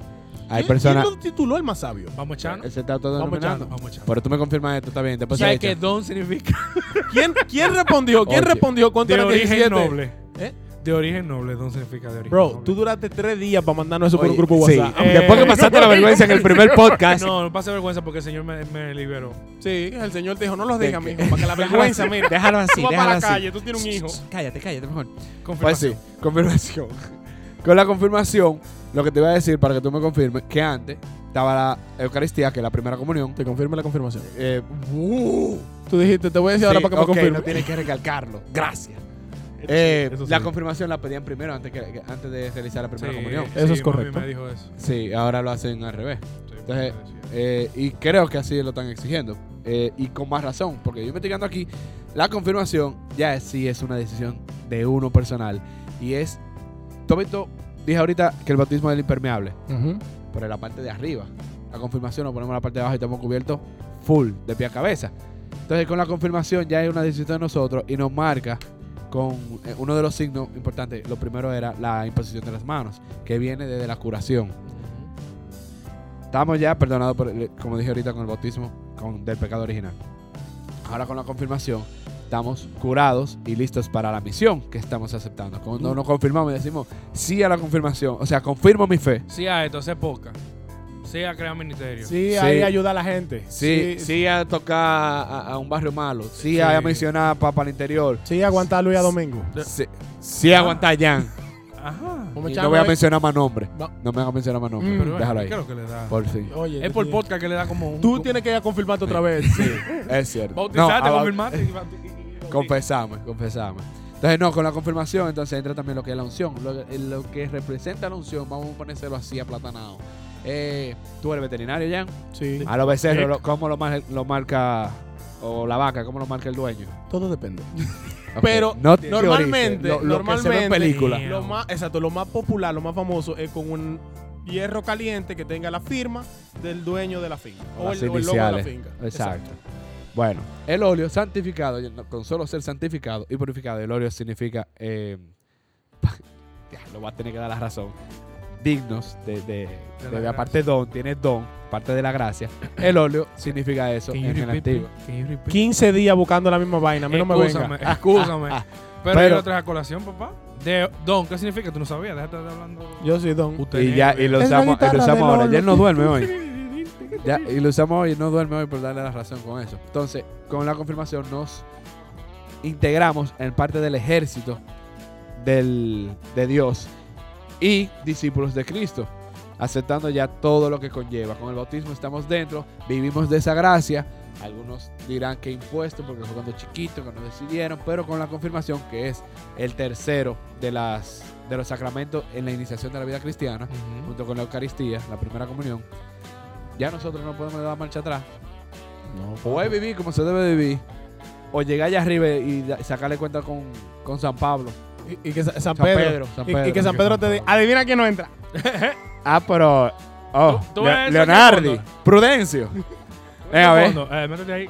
S5: Hay
S3: ¿Quién-
S5: personas.
S3: ¿Quién lo tituló el más sabio?
S2: Vamos echando.
S5: Él se está
S3: Vamos
S5: autodenominando.
S2: Vamos echando.
S5: Pero tú me confirmas esto, está bien. Después se
S2: ¿Sabes
S5: echa.
S2: que don significa
S3: ¿Quién, quién respondió? ¿Quién
S5: Oye.
S3: respondió contra
S2: de
S3: el
S2: origen
S3: 17?
S2: noble?
S3: ¿Eh?
S2: De origen noble, don significa de origen
S3: Bro,
S2: noble.
S3: tú duraste tres días para mandarnos eso por
S5: Oye,
S3: un grupo
S5: sí.
S3: WhatsApp.
S2: Eh,
S5: Después que pasaste la vergüenza en el primer podcast.
S2: No, no pase vergüenza porque el Señor me, me liberó.
S3: Sí, el señor te dijo, no los
S5: ¿De
S3: digas,
S5: qué?
S3: mijo, para que la vergüenza, mira.
S5: Déjalo así,
S3: tú vas para
S5: déjalo
S3: la
S5: así.
S3: calle, tú tienes un hijo.
S5: Cállate, cállate, mejor. Pues sí,
S2: Confirmación.
S5: confirmación. Con la confirmación, lo que te iba a decir para que tú me confirmes, que antes estaba la Eucaristía, que es la primera comunión.
S3: Te confirma la confirmación.
S5: Eh, uh,
S3: Tú dijiste, te voy a decir
S5: sí,
S3: ahora para que
S5: ok,
S3: me
S5: no
S3: confirme.
S5: tienes que recalcarlo. Gracias. Eh,
S2: eso sí.
S5: La confirmación la pedían primero antes, que, que- antes de realizar la primera comunión.
S3: Eso es
S2: mami
S3: correcto.
S2: me dijo eso.
S5: Sí, ahora lo hacen al revés.
S2: Sí,
S5: Entonces,
S2: me decía.
S5: Eh, y creo que así lo están exigiendo. Eh, y con más razón, porque yo investigando aquí, la confirmación ya es- sí es una decisión de uno personal. Y es, tú has visto, dije ahorita que el bautismo es el impermeable, pero en la parte de arriba. La confirmación lo ponemos en la parte de abajo y estamos cubiertos full, de pie a cabeza. Entonces con la confirmación ya es una decisión de nosotros y nos marca con eh, uno de los signos importantes. Lo primero era la imposición de las manos, que viene desde la curación. Estamos ya perdonados, por el- como dije ahorita, con el bautismo con, del pecado original. Ahora con la confirmación, estamos curados y listos para la misión que estamos aceptando. Cuando nos confirmamos y decimos sí a la confirmación, o sea, confirmo mi fe.
S2: Sí, ah, a esto, hace poca. Sí, a crear ministerio.
S3: Sí,
S5: Sí.
S3: ahí ayuda a la gente.
S5: Sí, sí, a tocar a, a un barrio malo. Sí, a
S2: Sí.
S5: mencionar para el interior.
S3: Sí, aguanta a Luis a Domingo.
S5: Sí, sí a aguantar a Jan.
S2: Ajá.
S3: Vamos
S5: Y
S3: a
S5: no voy a
S3: echarle-
S5: mencionar más nombre.
S3: Va-
S5: No me hagas mencionar más nombre.
S2: Pero,
S5: Mm, Déjalo
S2: eh,
S5: ahí.
S2: ¿qué es lo que le da?
S5: Por fin.
S3: Oye,
S2: es
S3: tú
S2: por
S3: tienes-
S2: podcast que le da como un.
S3: Tú tienes que ir a confirmarte otra vez.
S5: Es cierto. No, ah,
S2: Bautizaste,
S5: a-
S2: confirmaste. y- y- y- y-
S5: Confesame, confesame. Entonces, no, con la confirmación, entonces entra también lo que es la unción. Lo, eh, lo que representa la unción, vamos a ponérselo así aplatanado. Eh, Tú eres veterinario, Jan.
S3: Sí.
S5: A los becerros, lo- ¿cómo lo, mar- lo marca? O la vaca, ¿cómo lo marca el dueño?
S3: Todo depende.
S5: Ok,
S3: Pero
S5: no teorices,
S3: normalmente,
S5: lo- lo que se ve
S3: normalmente,
S5: en película.
S3: Lo más, exacto, lo más popular, lo más famoso es con un hierro caliente que tenga la firma del dueño de la finca. O,
S5: Las
S3: el, o el logo de la
S5: iniciales.
S3: finca.
S5: Exacto. Bueno, el óleo santificado, y no- con solo ser santificado y purificado, el óleo significa, eh, ya, lo voy a tener que dar la razón, dignos de, de,
S2: la
S5: de-
S2: gracia.
S5: aparte don, tienes don, parte de la gracia. El óleo significa eso en el antiguo.
S3: 15 días buscando la misma vaina. A mí no me
S2: Escúchame,
S3: venga.
S2: escúchame. Pero,
S5: Ah, Pero-
S2: yo lo traje a colación, papá. De Don, ¿qué significa? Tú no sabías, déjate de estar hablando.
S3: Yo soy don.
S2: Usted
S5: Y ya, y lo
S4: Es la
S5: usamos, y
S4: guitarra
S5: lo usamos
S4: del
S5: ahora.
S4: óleo.
S5: Ya él no duerme hoy. Ya, y lo usamos hoy, no duerme hoy por darle la razón con eso. Entonces, con la confirmación nos integramos en parte del ejército del, de Dios y discípulos de Cristo, aceptando ya todo lo que conlleva. Con el bautismo estamos dentro, vivimos de esa gracia. Algunos dirán que impuesto porque fue cuando chiquito que nos decidieron, pero con la confirmación que es el tercero de, las, de los sacramentos en la iniciación de la vida cristiana,
S2: Ujú.
S5: junto con la Eucaristía, la primera comunión, ya nosotros no podemos dar marcha atrás. O es vivir como se debe vivir, o llegar allá arriba y da- sacarle cuenta con, con San Pablo.
S3: Y, y que Sa- San
S5: San
S3: Pedro.
S5: Pedro, San
S3: Y- Y, que
S5: Pedro.
S3: San Pedro te diga, adivina quién no entra.
S5: Ah, pero. Oh,
S2: Tú- tú
S5: Le-
S2: eres el
S5: Leonardi,
S2: segundo.
S5: Prudencio. Venga, a ver.
S2: Fondo, eh, métete ahí.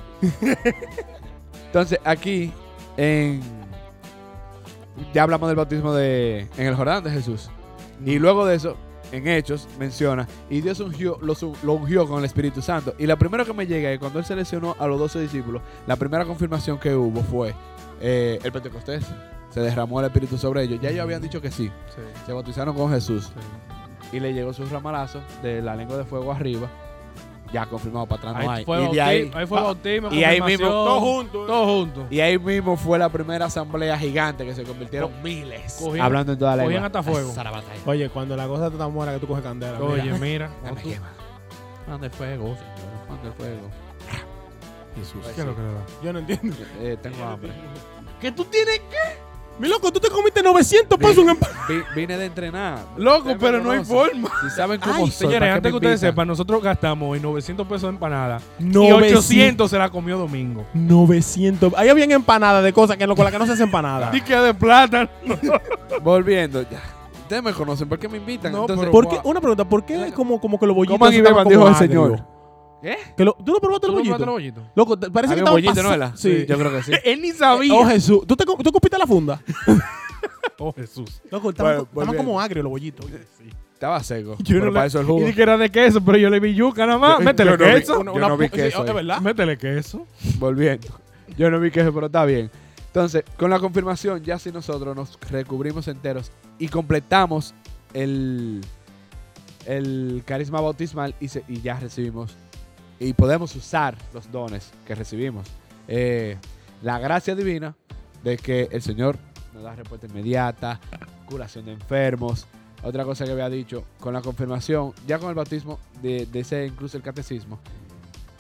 S5: Entonces, aquí en. Ya hablamos del bautismo de, en el Jordán de Jesús. Y luego de eso, en Hechos, menciona. Y Dios ungió, lo, su- lo ungió con el Espíritu Santo. Y la primera que me llega es cuando él seleccionó a los 12 discípulos. La primera confirmación que hubo fue eh, el Pentecostés. Se derramó el Espíritu sobre ellos. Ya ellos habían dicho que sí.
S2: Sí,
S5: Se bautizaron con Jesús.
S2: sí.
S5: Y le llegó sus ramalazos de la lengua de fuego arriba. Ya confirmado para atrás. no
S2: Ahí
S5: hay.
S2: fue
S5: Y de
S2: bautismo,
S5: ahí-
S2: ahí fue bautismo,
S5: y ahí mismo,
S2: confirmación,
S5: todo
S3: junto, eh.
S2: Todo junto.
S5: y ahí mismo fue la primera asamblea gigante que se convirtieron miles.
S2: Cogían-
S5: hablando en toda la
S2: cogían
S5: lengua.
S2: hasta fuego.
S5: Zarabata.
S3: Oye, cuando la cosa está muera que tú coges candela. mira.
S2: Oye, mira.
S5: Ya me quema. Manda el fuego, señor. Manda el fuego.
S3: Jesús.
S2: ¿Qué es lo que le da?
S3: Yo no entiendo.
S5: Eh, tengo hambre.
S3: ¿Que tú tienes qué? Mi loco, tú te comiste 900 pesos en
S5: Vi- vine de entrenar.
S3: Loco,
S5: Ustedes me
S3: pero no hay
S5: conocen.
S3: forma.
S5: Si saben cómo
S2: Ay,
S5: soy,
S2: señores,
S5: ¿para qué
S2: antes
S5: me
S2: que ustedes
S5: invitan?
S2: sepan, nosotros gastamos hoy 900 pesos de empanada y 800 se la comió Domingo.
S3: 900. Ahí habían empanadas de cosas que no- con las que no se hace empanada.
S2: Y que de plátano.
S5: Volviendo, ya. Ustedes me conocen, ¿por qué me invitan?
S2: No,
S5: Entonces,
S2: pero-
S3: ¿Por qué? Una pregunta, ¿por qué como, como que los bollitos
S5: Coman y
S3: estaban
S5: beban, dijo
S3: como
S5: el señor.
S3: agrios?
S5: ¿Eh?
S3: Que lo- ¿Tú no probaste
S2: ¿Tú
S3: los
S2: no probaste
S3: bollitos?
S2: los bollitos?
S3: Loco, te- parece que
S5: Había
S3: estaban
S5: bollito,
S3: pasa-
S5: ¿no? era?
S3: Sí.
S5: Yo creo que sí.
S2: Él ni
S3: Oh, Jesús. ¿Tú, te, co- ¿Tú copiste la funda?
S2: Oh, Jesús.
S3: Loco, estaban,
S5: Bueno,
S3: estaban
S5: volviendo.
S3: como agrios los bollitos.
S5: Estaba seco.
S2: Yo
S5: pero
S2: no
S5: para
S2: le-
S5: eso el jugo.
S2: Y di que era de queso, pero yo le vi yuca nada más.
S5: Yo-
S2: Métele
S5: yo no vi-
S2: queso.
S5: Yo no vi
S3: pu-
S5: queso
S3: sí,
S5: ahí.
S3: ¿Es verdad?
S2: Métele queso.
S5: Volviendo. Yo no vi que eso, pero está bien. Entonces, con la confirmación, ya si nosotros nos recubrimos enteros y completamos el, el carisma bautismal y, se- y ya recibimos y podemos usar los dones que recibimos. Eh, la gracia divina de que el Señor nos da respuesta inmediata, curación de enfermos. Otra cosa que había dicho, con la confirmación, ya con el bautismo, de, de ese incluso el catecismo,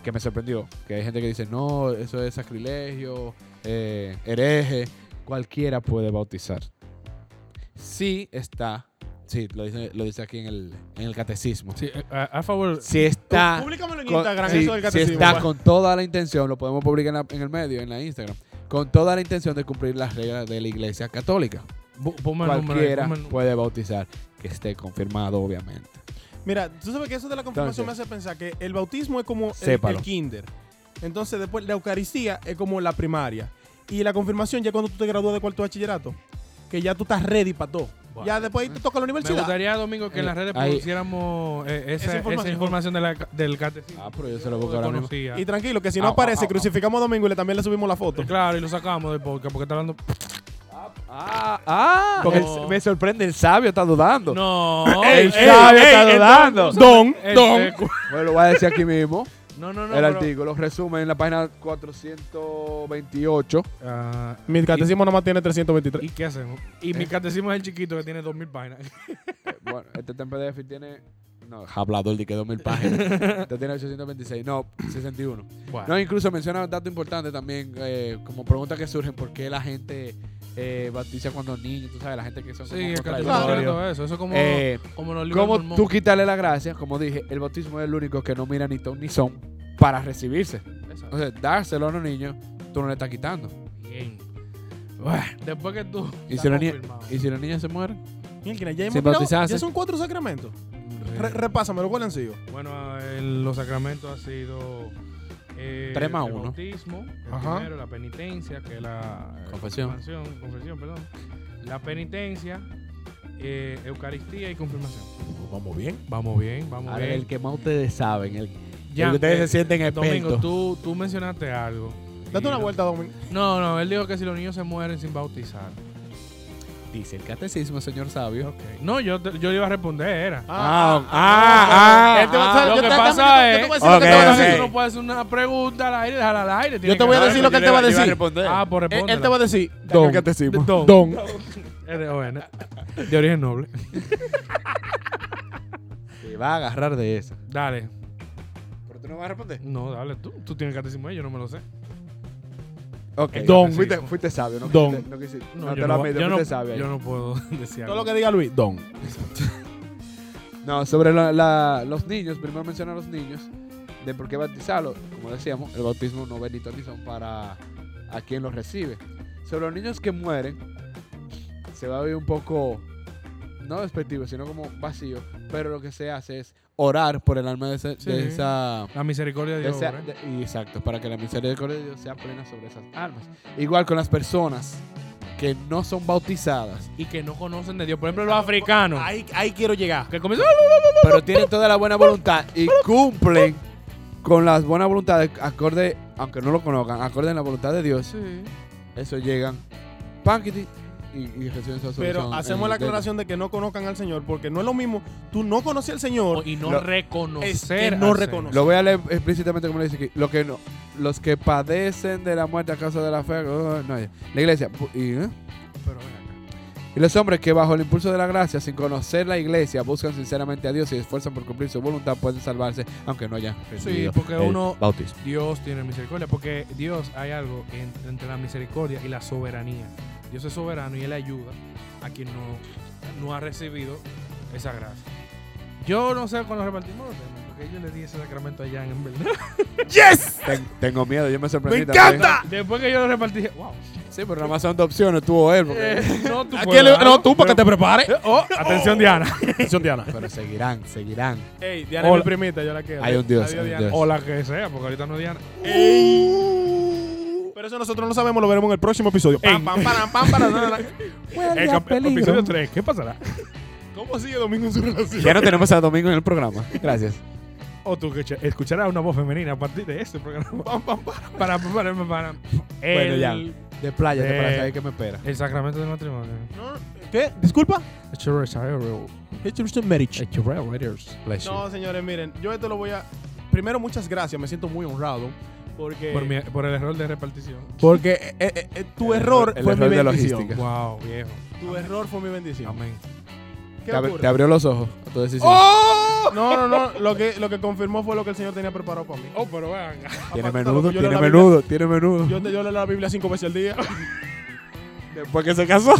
S5: que me sorprendió, que hay gente que dice, no, eso es sacrilegio, eh, hereje, cualquiera puede bautizar. Sí está, sí, lo dice, lo dice aquí en el, en el catecismo.
S2: Sí, eh, a, a favor.
S5: Si está,
S3: Públicamelo en
S5: con-
S3: Instagram,
S5: sí,
S3: eso del
S5: si
S3: catecismo.
S5: está
S2: pues.
S5: con toda la intención, lo podemos publicar en, la- en el medio, en la Instagram, con toda la intención de cumplir las reglas de la Iglesia Católica.
S2: Bu- ponme el número ahí,
S5: Cualquiera
S2: ponme el número.
S5: puede bautizar, que esté confirmado, obviamente.
S3: Mira, tú sabes que eso de la confirmación
S5: Entonces,
S3: me hace pensar que el bautismo es como el- el,
S5: sépalo.
S3: kinder. Entonces, después la Eucaristía es como la primaria. Y la confirmación ya es cuando tú te gradúas de cuarto de bachillerato, que ya tú estás ready para todo.
S2: Bueno.
S3: ya después ahí te toca la
S2: Me
S3: universidad.
S2: gustaría, Domingo, que en las redes
S5: Ahí.
S2: pusiéramos eh, esa, Eh, esa
S3: Esa
S2: información,
S3: información.
S2: de la, del catecismo.
S5: Ah, pero yo se lo
S2: Yo
S5: busco ahora mismo.
S2: conocía.
S3: Y tranquilo, que si no
S5: Ah, ah,
S3: aparece,
S5: ah, ah.
S3: crucificamos a Domingo y le, también le subimos la foto.
S2: Claro, y lo sacamos del podcast porque está hablando.
S5: Ah, ah,
S2: Porque
S5: el-
S2: el-
S5: me sorprende, el sabio está dudando.
S2: No,
S5: el
S2: ey,
S5: sabio
S2: ey,
S5: está
S2: el-
S5: dudando.
S3: Don,
S2: el-
S3: don.
S2: el-
S5: Bueno, lo voy a decir aquí mismo.
S2: No, no, no.
S5: el
S2: pero-
S5: artículo resume en la página 428.
S2: Ah,
S3: Mi catecismo nomás tiene 323.
S2: ¿Y qué Eh, hacemos? Y mi catecismo es el chiquito que tiene 2000 páginas.
S5: Eh, bueno, este está en PDF y tiene No, hablador de que 2000 páginas. Te tiene 826. No, 61. No, incluso menciona un dato importante también, eh, como preguntas que surgen, ¿por qué la gente eh, bautiza cuando niños? Tú sabes, la gente que son
S2: Sí, es que tú
S5: contradictorios.
S2: estás haciendo eso. Eso es como,
S5: Eh,
S2: como los libros
S5: ¿Cómo
S2: del
S5: tú
S2: Mormón.
S5: quitarle la gracia? Como dije, el bautismo es el único que no mira ni ton ni son para recibirse.
S2: Exacto.
S5: Entonces, dárselo a los niños, tú no le estás quitando.
S2: Bien.
S5: Bueno,
S2: Después que tú.
S5: ¿Y
S2: estás
S5: si, los ni-
S2: confirmado.
S5: y si los niños se mueren?
S3: Mierda, ya, hemos
S5: Sin
S3: tirado-
S5: bautizarse.
S3: ya son cuatro sacramentos.
S2: Re-
S3: Re- repásamelo, ¿cuáles han sido?
S2: Bueno, el- los sacramentos ha sido eh,
S5: Tres más
S2: el
S5: uno.
S2: bautismo, el
S3: Ajá.
S2: primero, la penitencia, que es la eh,
S5: Confesión.
S2: confirmación, confesión, perdón. La penitencia, eh, Eucaristía y confirmación.
S3: Pues Vamos bien.
S2: Vamos bien, vamos
S5: Ahora,
S2: bien.
S5: el que más ustedes saben, el,
S2: Ya,
S5: el que ustedes
S2: eh,
S5: se sienten
S2: Domingo,
S5: expertos.
S2: tú, tú mencionaste algo.
S3: Date
S2: Y-
S3: una vuelta, Domingo.
S2: No, no, él dijo que si los niños se mueren sin bautizar.
S5: Dice el catecismo, señor sabio.
S2: No, yo, te- yo le iba a responder, era.
S5: Ah, ah,
S3: Él te va a-
S5: ah.
S2: lo
S3: yo
S2: que
S3: te-
S2: pasa
S3: yo te voy a
S2: es-
S3: decir lo que te voy a
S5: Ok,
S3: decir.
S5: ok.
S2: Tú no puedes hacer una pregunta al aire, dejarla al aire.
S3: Yo te voy a decir lo que él te va a decir.
S2: Ah, por
S3: Él-
S2: responder.
S3: Él te va a decir,
S5: Don,
S3: don,
S5: el catecismo.
S3: don, don.
S2: de, Eh, bueno, de origen noble.
S5: Se va a agarrar de eso.
S2: Dale.
S5: Pero tú no vas a responder.
S2: No, dale tú. Tú tienes catecismo ahí, yo no me lo sé.
S5: Ok.
S3: Don.
S5: Fuiste, fuiste sabio, ¿no?
S3: Don.
S5: quisiste- No, quisiste-
S2: No,
S5: no te
S2: yo,
S5: lo
S2: no,
S5: admito,
S2: yo, no,
S5: fuiste sabio. pues ahí.
S2: yo no puedo decir
S3: Todo
S2: algo.
S3: lo que diga Luis, don.
S5: No, sobre la- la- los niños, primero menciona a los niños, de por qué bautizarlos. Como decíamos, el bautismo no bendito ni son para a quien los recibe. Sobre los niños que mueren, se va a ver un poco, no despectivo, sino como vacío, pero lo que se hace es orar por el alma de, ese- de
S2: Sí.
S5: esa...
S2: La misericordia de
S5: de
S2: Dios.
S5: esa-
S2: ¿verdad?
S5: de- y exacto, para que la misericordia de Dios sea plena sobre esas almas. Igual con las personas que no son bautizadas,
S2: Y que no conocen de Dios. Por ejemplo, los africanos.
S3: Ahí, ahí quiero llegar.
S2: Que comienzan.
S5: pero tienen toda la buena voluntad y cumplen con las buenas voluntades, acorde, aunque no lo conozcan, acorde a la voluntad de Dios,
S2: Sí.
S5: eso llegan, panquiti, y, y reciben su
S3: Pero
S5: absolución
S3: hacemos
S5: en-
S3: la
S5: de-
S3: aclaración de que no conozcan al Señor, porque no es lo mismo. Tú no conoces al
S2: O-
S3: Señor.
S2: Y no
S5: Lo-
S2: reconocer.
S3: es que no
S2: al Señor.
S3: reconocer.
S5: Lo voy a leer explícitamente como lo dice aquí. Lo que no, los que padecen de la muerte a causa de la fe, oh, no, la iglesia, pu- y, ¿eh?
S2: Pero ven acá.
S5: Y los hombres que bajo el impulso de la gracia, sin conocer la iglesia, buscan sinceramente a Dios y se esfuerzan por cumplir su voluntad, pueden salvarse, aunque no hayan
S2: Sí,
S5: recibido
S2: porque
S5: el
S2: uno.
S5: bautismo.
S2: Dios tiene misericordia. Porque Dios hay algo en- entre la misericordia y la soberanía. Dios es soberano y Él ayuda a quien no, no ha recibido esa gracia. Yo no sé cuando repartimos los temas, porque yo le di ese sacramento allá en verdad.
S5: Ten- tengo miedo, yo me sorprendí.
S3: ¡Me
S5: también.
S3: encanta!
S2: Después que yo lo repartí, dije, wow.
S5: Sí, pero nada más son dos opciones, tú o él. porque-
S2: Eh, no, tú
S3: ¿A
S2: puedes
S3: quién le-
S2: darlo,
S3: no, tú, para que
S2: pero- oh,
S3: te prepares.
S2: Atención, Diana.
S3: Atención, Diana.
S5: Pero seguirán, seguirán.
S3: Ey, Diana
S2: Hola.
S3: es mi primita, yo la quiero.
S5: Hay un Dios,
S3: Adiós,
S5: hay un
S3: Diana.
S5: Dios.
S2: O la que sea, porque ahorita no es Diana.
S3: Ey. Pero eso nosotros no sabemos, lo veremos en el próximo episodio. Pam,
S2: Ey.
S3: pam, param, pam, param, na, na, na.
S2: El cap- episodio 3, ¿qué pasará?
S3: ¿Cómo sigue Domingo en su relación?
S5: Ya no tenemos a Domingo en el programa. Gracias.
S2: O tú que che- escucharás una voz femenina a partir de este programa.
S3: Pam, pam, pam.
S2: Para, para, para, para.
S5: Bueno,
S2: El-
S5: ya. De playa, este,
S2: Eh.
S5: para saber qué me espera.
S2: El sacramento del matrimonio.
S3: No, ¿Qué? ¿Disculpa?
S2: No.
S3: No, señores, miren, yo esto lo voy a... Primero, muchas gracias, me siento muy honrado. Porque,
S2: Por, mi- por el error de repartición.
S3: porque eh, eh, eh, tu
S5: El
S3: error,
S5: error- el
S3: fue
S5: error
S3: mi
S5: de
S3: bendición.
S5: logística.
S2: Wow, viejo.
S3: tu error fue mi bendición.
S2: Amén.
S3: ¿Qué
S5: Te, ab-
S3: ocurre? ¡Oh!
S5: te abrió los ojos. a tu decisión.
S3: No, no, no. Lo que, lo que confirmó fue lo que el Señor tenía preparado para mí.
S2: Oh, pero vean.
S5: Tiene
S3: Aparte,
S5: menudo,
S3: loco, yo leo
S5: tiene
S3: la Biblia-
S5: menudo, tiene menudo.
S3: Yo, te- yo leo la Biblia cinco veces al día.
S5: Después que se casó.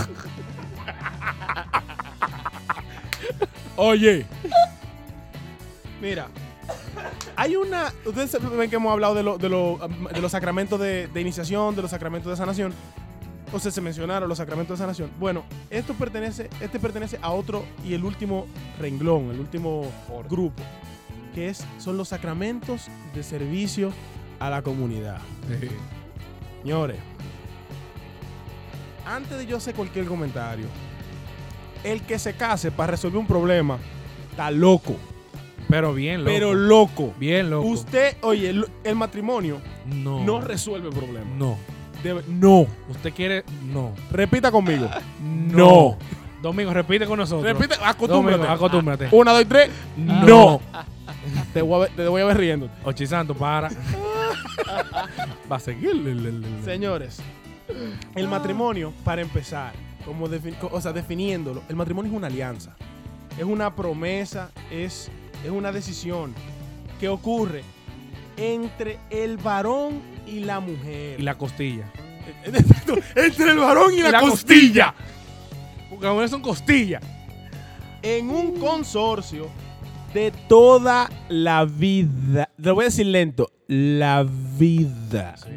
S3: Oye. Mira. Hay una. Ustedes ven que hemos hablado de, lo- de, lo- de los sacramentos de, de iniciación, de los sacramentos de sanación. O sea, se mencionaron los sacramentos de sanación. Bueno, esto pertenece, este pertenece a otro y el último renglón, el último grupo, que es, son los sacramentos de servicio a la comunidad. Señores, antes de yo hacer cualquier comentario, el que se case para resolver un problema está loco,
S2: Pero bien, loco.
S3: pero loco.
S2: bien, loco.
S3: Usted, oye, lo- el matrimonio
S2: no.
S3: no resuelve problemas.
S2: no.
S3: Debe- no.
S2: Usted quiere. No.
S3: Repita conmigo.
S2: No. Domingo, repite con nosotros.
S3: Repite, acostúmbrate. Ah,
S2: Domingo, acostúmbrate.
S3: Una, dos y tres.
S2: No.
S3: Te voy a ver, te voy a ver riendo.
S2: Ochisanto, para. Va a seguir. le- le- le- le.
S3: Señores, el matrimonio, para empezar, como defin- co- o sea, definiéndolo, el matrimonio es una alianza, es una promesa, es es una decisión que ocurre entre el varón y la mujer.
S2: Y la costilla.
S3: Exacto, entre el varón y, la, costilla.
S2: Porque las mujeres son costillas.
S3: En un consorcio de toda la vida. Lo voy a decir lento. La vida.
S2: Sí.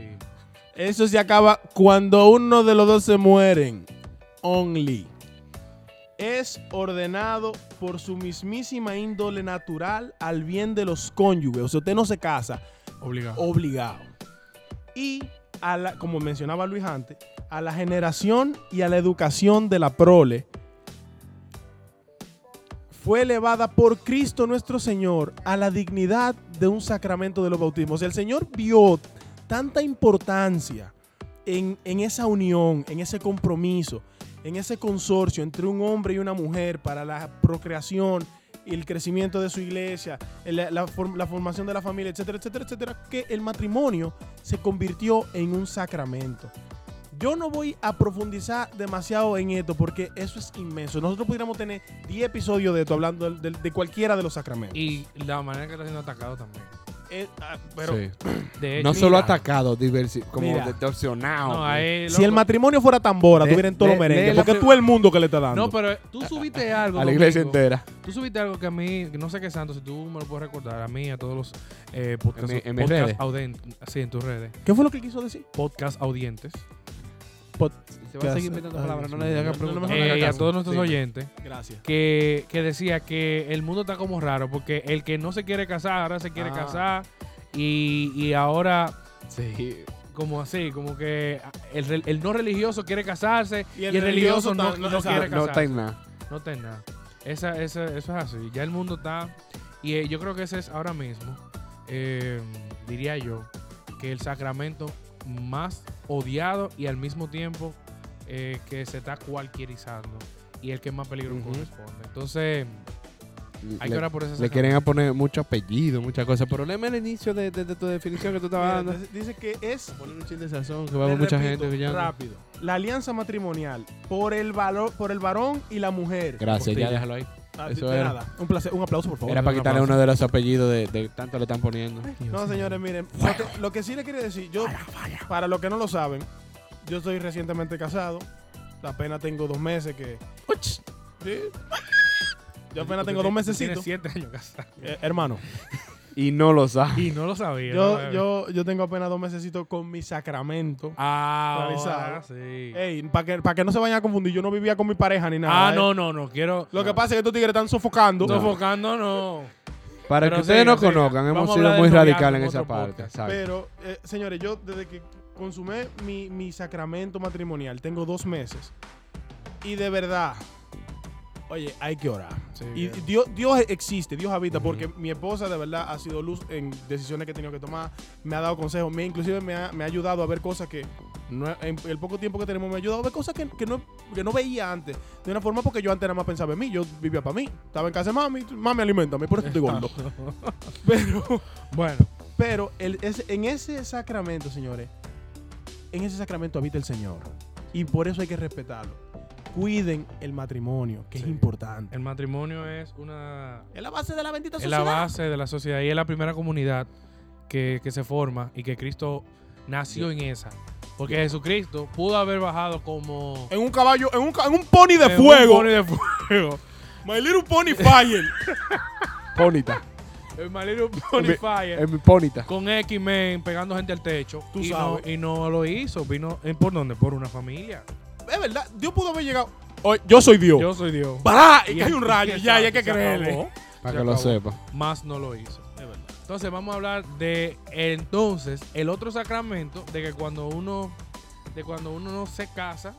S3: Eso se acaba cuando uno de los dos se mueren. Only. Es ordenado por su mismísima índole natural al bien de los cónyuges. O sea, usted no se casa,
S2: Obligado.
S3: obligado. Y, a la, como mencionaba Luis antes, a la generación y a la educación de la prole fue elevada por Cristo nuestro Señor a la dignidad de un sacramento de los bautismos. El Señor vio tanta importancia en, en esa unión, en ese compromiso, en ese consorcio entre un hombre y una mujer para la procreación y el crecimiento de su iglesia, el- la, form- la formación de la familia, etcétera, etcétera, etcétera, que el matrimonio se convirtió en un sacramento. Yo no voy a profundizar demasiado en esto porque eso es inmenso. Nosotros pudiéramos tener 10 episodios de esto hablando del- del- de, cualquiera de los sacramentos.
S2: Y la manera que está siendo atacado también.
S3: Eh, ah, pero
S5: Sí.
S2: De hecho,
S5: No solo
S2: eh, mira,
S5: atacado, diversi- como
S3: Mira.
S5: distorsionado.
S2: No, ahí,
S3: si el
S2: Eh, loco,
S3: matrimonio fuera tambora,
S5: Le-
S3: tuvieran todos los
S5: le-
S3: merengues.
S5: lee la
S3: Porque
S5: prim-
S3: tú el mundo que le está dando.
S2: No, pero tú subiste algo.
S5: a la iglesia
S2: Domingo.
S5: entera.
S2: Tú subiste algo que a mí, que no sé qué santo, si tú me lo puedes recordar, a mí, a todos los eh, podcast,
S5: En mi- en mis
S2: podcast
S5: redes.
S2: auden- sí, en tus redes.
S3: ¿Qué fue lo que quiso decir?
S2: Podcast audientes.
S5: Se
S3: va a seguir inventando palabras, no le hagan preguntas. No, no, no,
S2: Eh, y a
S3: caso.
S2: todos nuestros oyentes.
S3: Gracias.
S2: que, que decía que el mundo está como raro, porque el que no se quiere casar, ahora se quiere
S5: Ah.
S2: casar, y, y ahora
S5: Sí.
S2: como así, como que el, re- el no religioso quiere casarse y el, religioso,
S3: religioso
S2: no,
S3: está-
S2: no
S3: no-
S2: quiere
S5: No está
S2: casarse.
S5: en nada.
S2: No está en nada. Esa, esa- eso es así, ya el mundo está, y eh, yo creo que ese es ahora mismo, eh, diría yo, que el sacramento más odiado y al mismo tiempo eh, que se está cualquierizando y el que más peligro
S5: Ujú.
S2: corresponde. Entonces, hay que
S5: Le-
S2: orar por ese
S5: Le quieren a poner mucho apellido, muchas cosas. Pero léeme el inicio de, de- de tu definición que tú estabas
S3: Mira,
S5: dando.
S3: entonces dice que es
S5: Poner un chin de sazón que va a
S3: le
S5: haber mucha
S3: repito,
S5: gente brillando.
S3: rápido. La alianza matrimonial por el valor, por el varón y la mujer.
S5: Gracias, ya
S3: Costilla.
S5: déjalo ahí.
S3: Ah,
S5: Eso
S3: de
S5: era.
S3: nada. Un placer, un aplauso, por favor.
S5: Era para
S3: Un
S5: quitarle
S3: aplauso.
S5: uno de los apellidos de, de tanto le están poniendo.
S3: No, señores, miren. Lo que, lo que sí le quería decir, yo, para los que no lo saben, yo estoy recientemente casado. Apenas tengo dos meses que. Sí. Yo apenas tengo
S2: Tiene
S3: dos mesecitos.
S2: siete años casado.
S3: Eh, hermano,
S5: Y no lo sabe.
S2: Y no lo sabía. ¿no,
S3: yo,
S2: bebé?
S3: yo, yo tengo apenas dos mesecitos con mi sacramento.
S2: Ah, ahora
S3: Realizado. Eh,
S2: sí.
S3: Ey, para que, pa' que no se vayan a confundir, yo no vivía con mi pareja ni nada.
S2: ah,
S3: eh.
S2: no, no, no. Quiero.
S3: Lo que pasa es que estos tigres están sofocando.
S5: No.
S2: Sofocando, no.
S5: Para
S2: Pero
S5: que ustedes
S2: siga,
S5: no
S2: siga.
S5: conozcan,
S2: Vamos a
S5: hemos
S2: hablar
S5: sido
S2: del
S5: muy
S2: noviazgo
S5: radicales en
S2: en
S5: esa
S2: otro
S5: parte.
S2: podcast.
S5: ¿sabes?
S3: Pero, eh, señores, yo desde que consumé mi, mi sacramento matrimonial, tengo dos meses. Y de verdad, oye, hay que orar.
S2: Sí, eh.
S3: y
S2: bien.
S3: Dios, Dios existe, Dios habita,
S5: Ujú.
S3: porque mi esposa de verdad ha sido luz en decisiones que he tenido que tomar, me ha dado consejos, me, inclusive me ha, me ha ayudado a ver cosas que, no, en el poco tiempo que tenemos, me ha ayudado a ver cosas que, que no, que no veía antes. De una forma porque yo antes nada más pensaba en mí, yo vivía para mí. Estaba en casa de mami, mami alimentame, por eso estoy gordo. Pero...
S2: Bueno,
S3: Pero el- ese- en ese sacramento, señores, en ese sacramento habita el Señor. Y por eso hay que respetarlo. Cuiden el matrimonio, que
S2: Sí.
S3: es importante.
S2: el matrimonio es una.
S3: Es la base de la bendita
S2: Es la base de la sociedad y es la primera comunidad que, que se forma y que Cristo nació en esa. Porque Jesucristo pudo haber bajado como.
S3: En un caballo, en un, ca- en un pony de
S2: en un
S3: fuego.
S2: pony de fuego.
S3: My little pony fire.
S5: Pónita.
S2: El My Little Pony
S5: Mi-
S2: Fire.
S5: Es mi pónita.
S2: con X-Men pegando gente al techo.
S3: Tú
S2: y,
S3: sabes.
S2: No, y no lo hizo. Vino ¿eh, por dónde? Por una familia.
S3: es verdad, Dios pudo haber llegado. Oye, Oh, yo soy Dios.
S2: Yo soy Dios.
S3: Pará, y
S2: Y
S3: que hay un rayo, ya, y hay que
S2: se
S3: creerle.
S2: acabó.
S5: Para
S2: Se
S5: que lo
S2: acabó.
S5: sepa.
S2: Más no lo hizo. Entonces vamos a hablar de entonces el otro sacramento de que cuando uno de cuando uno no se casa,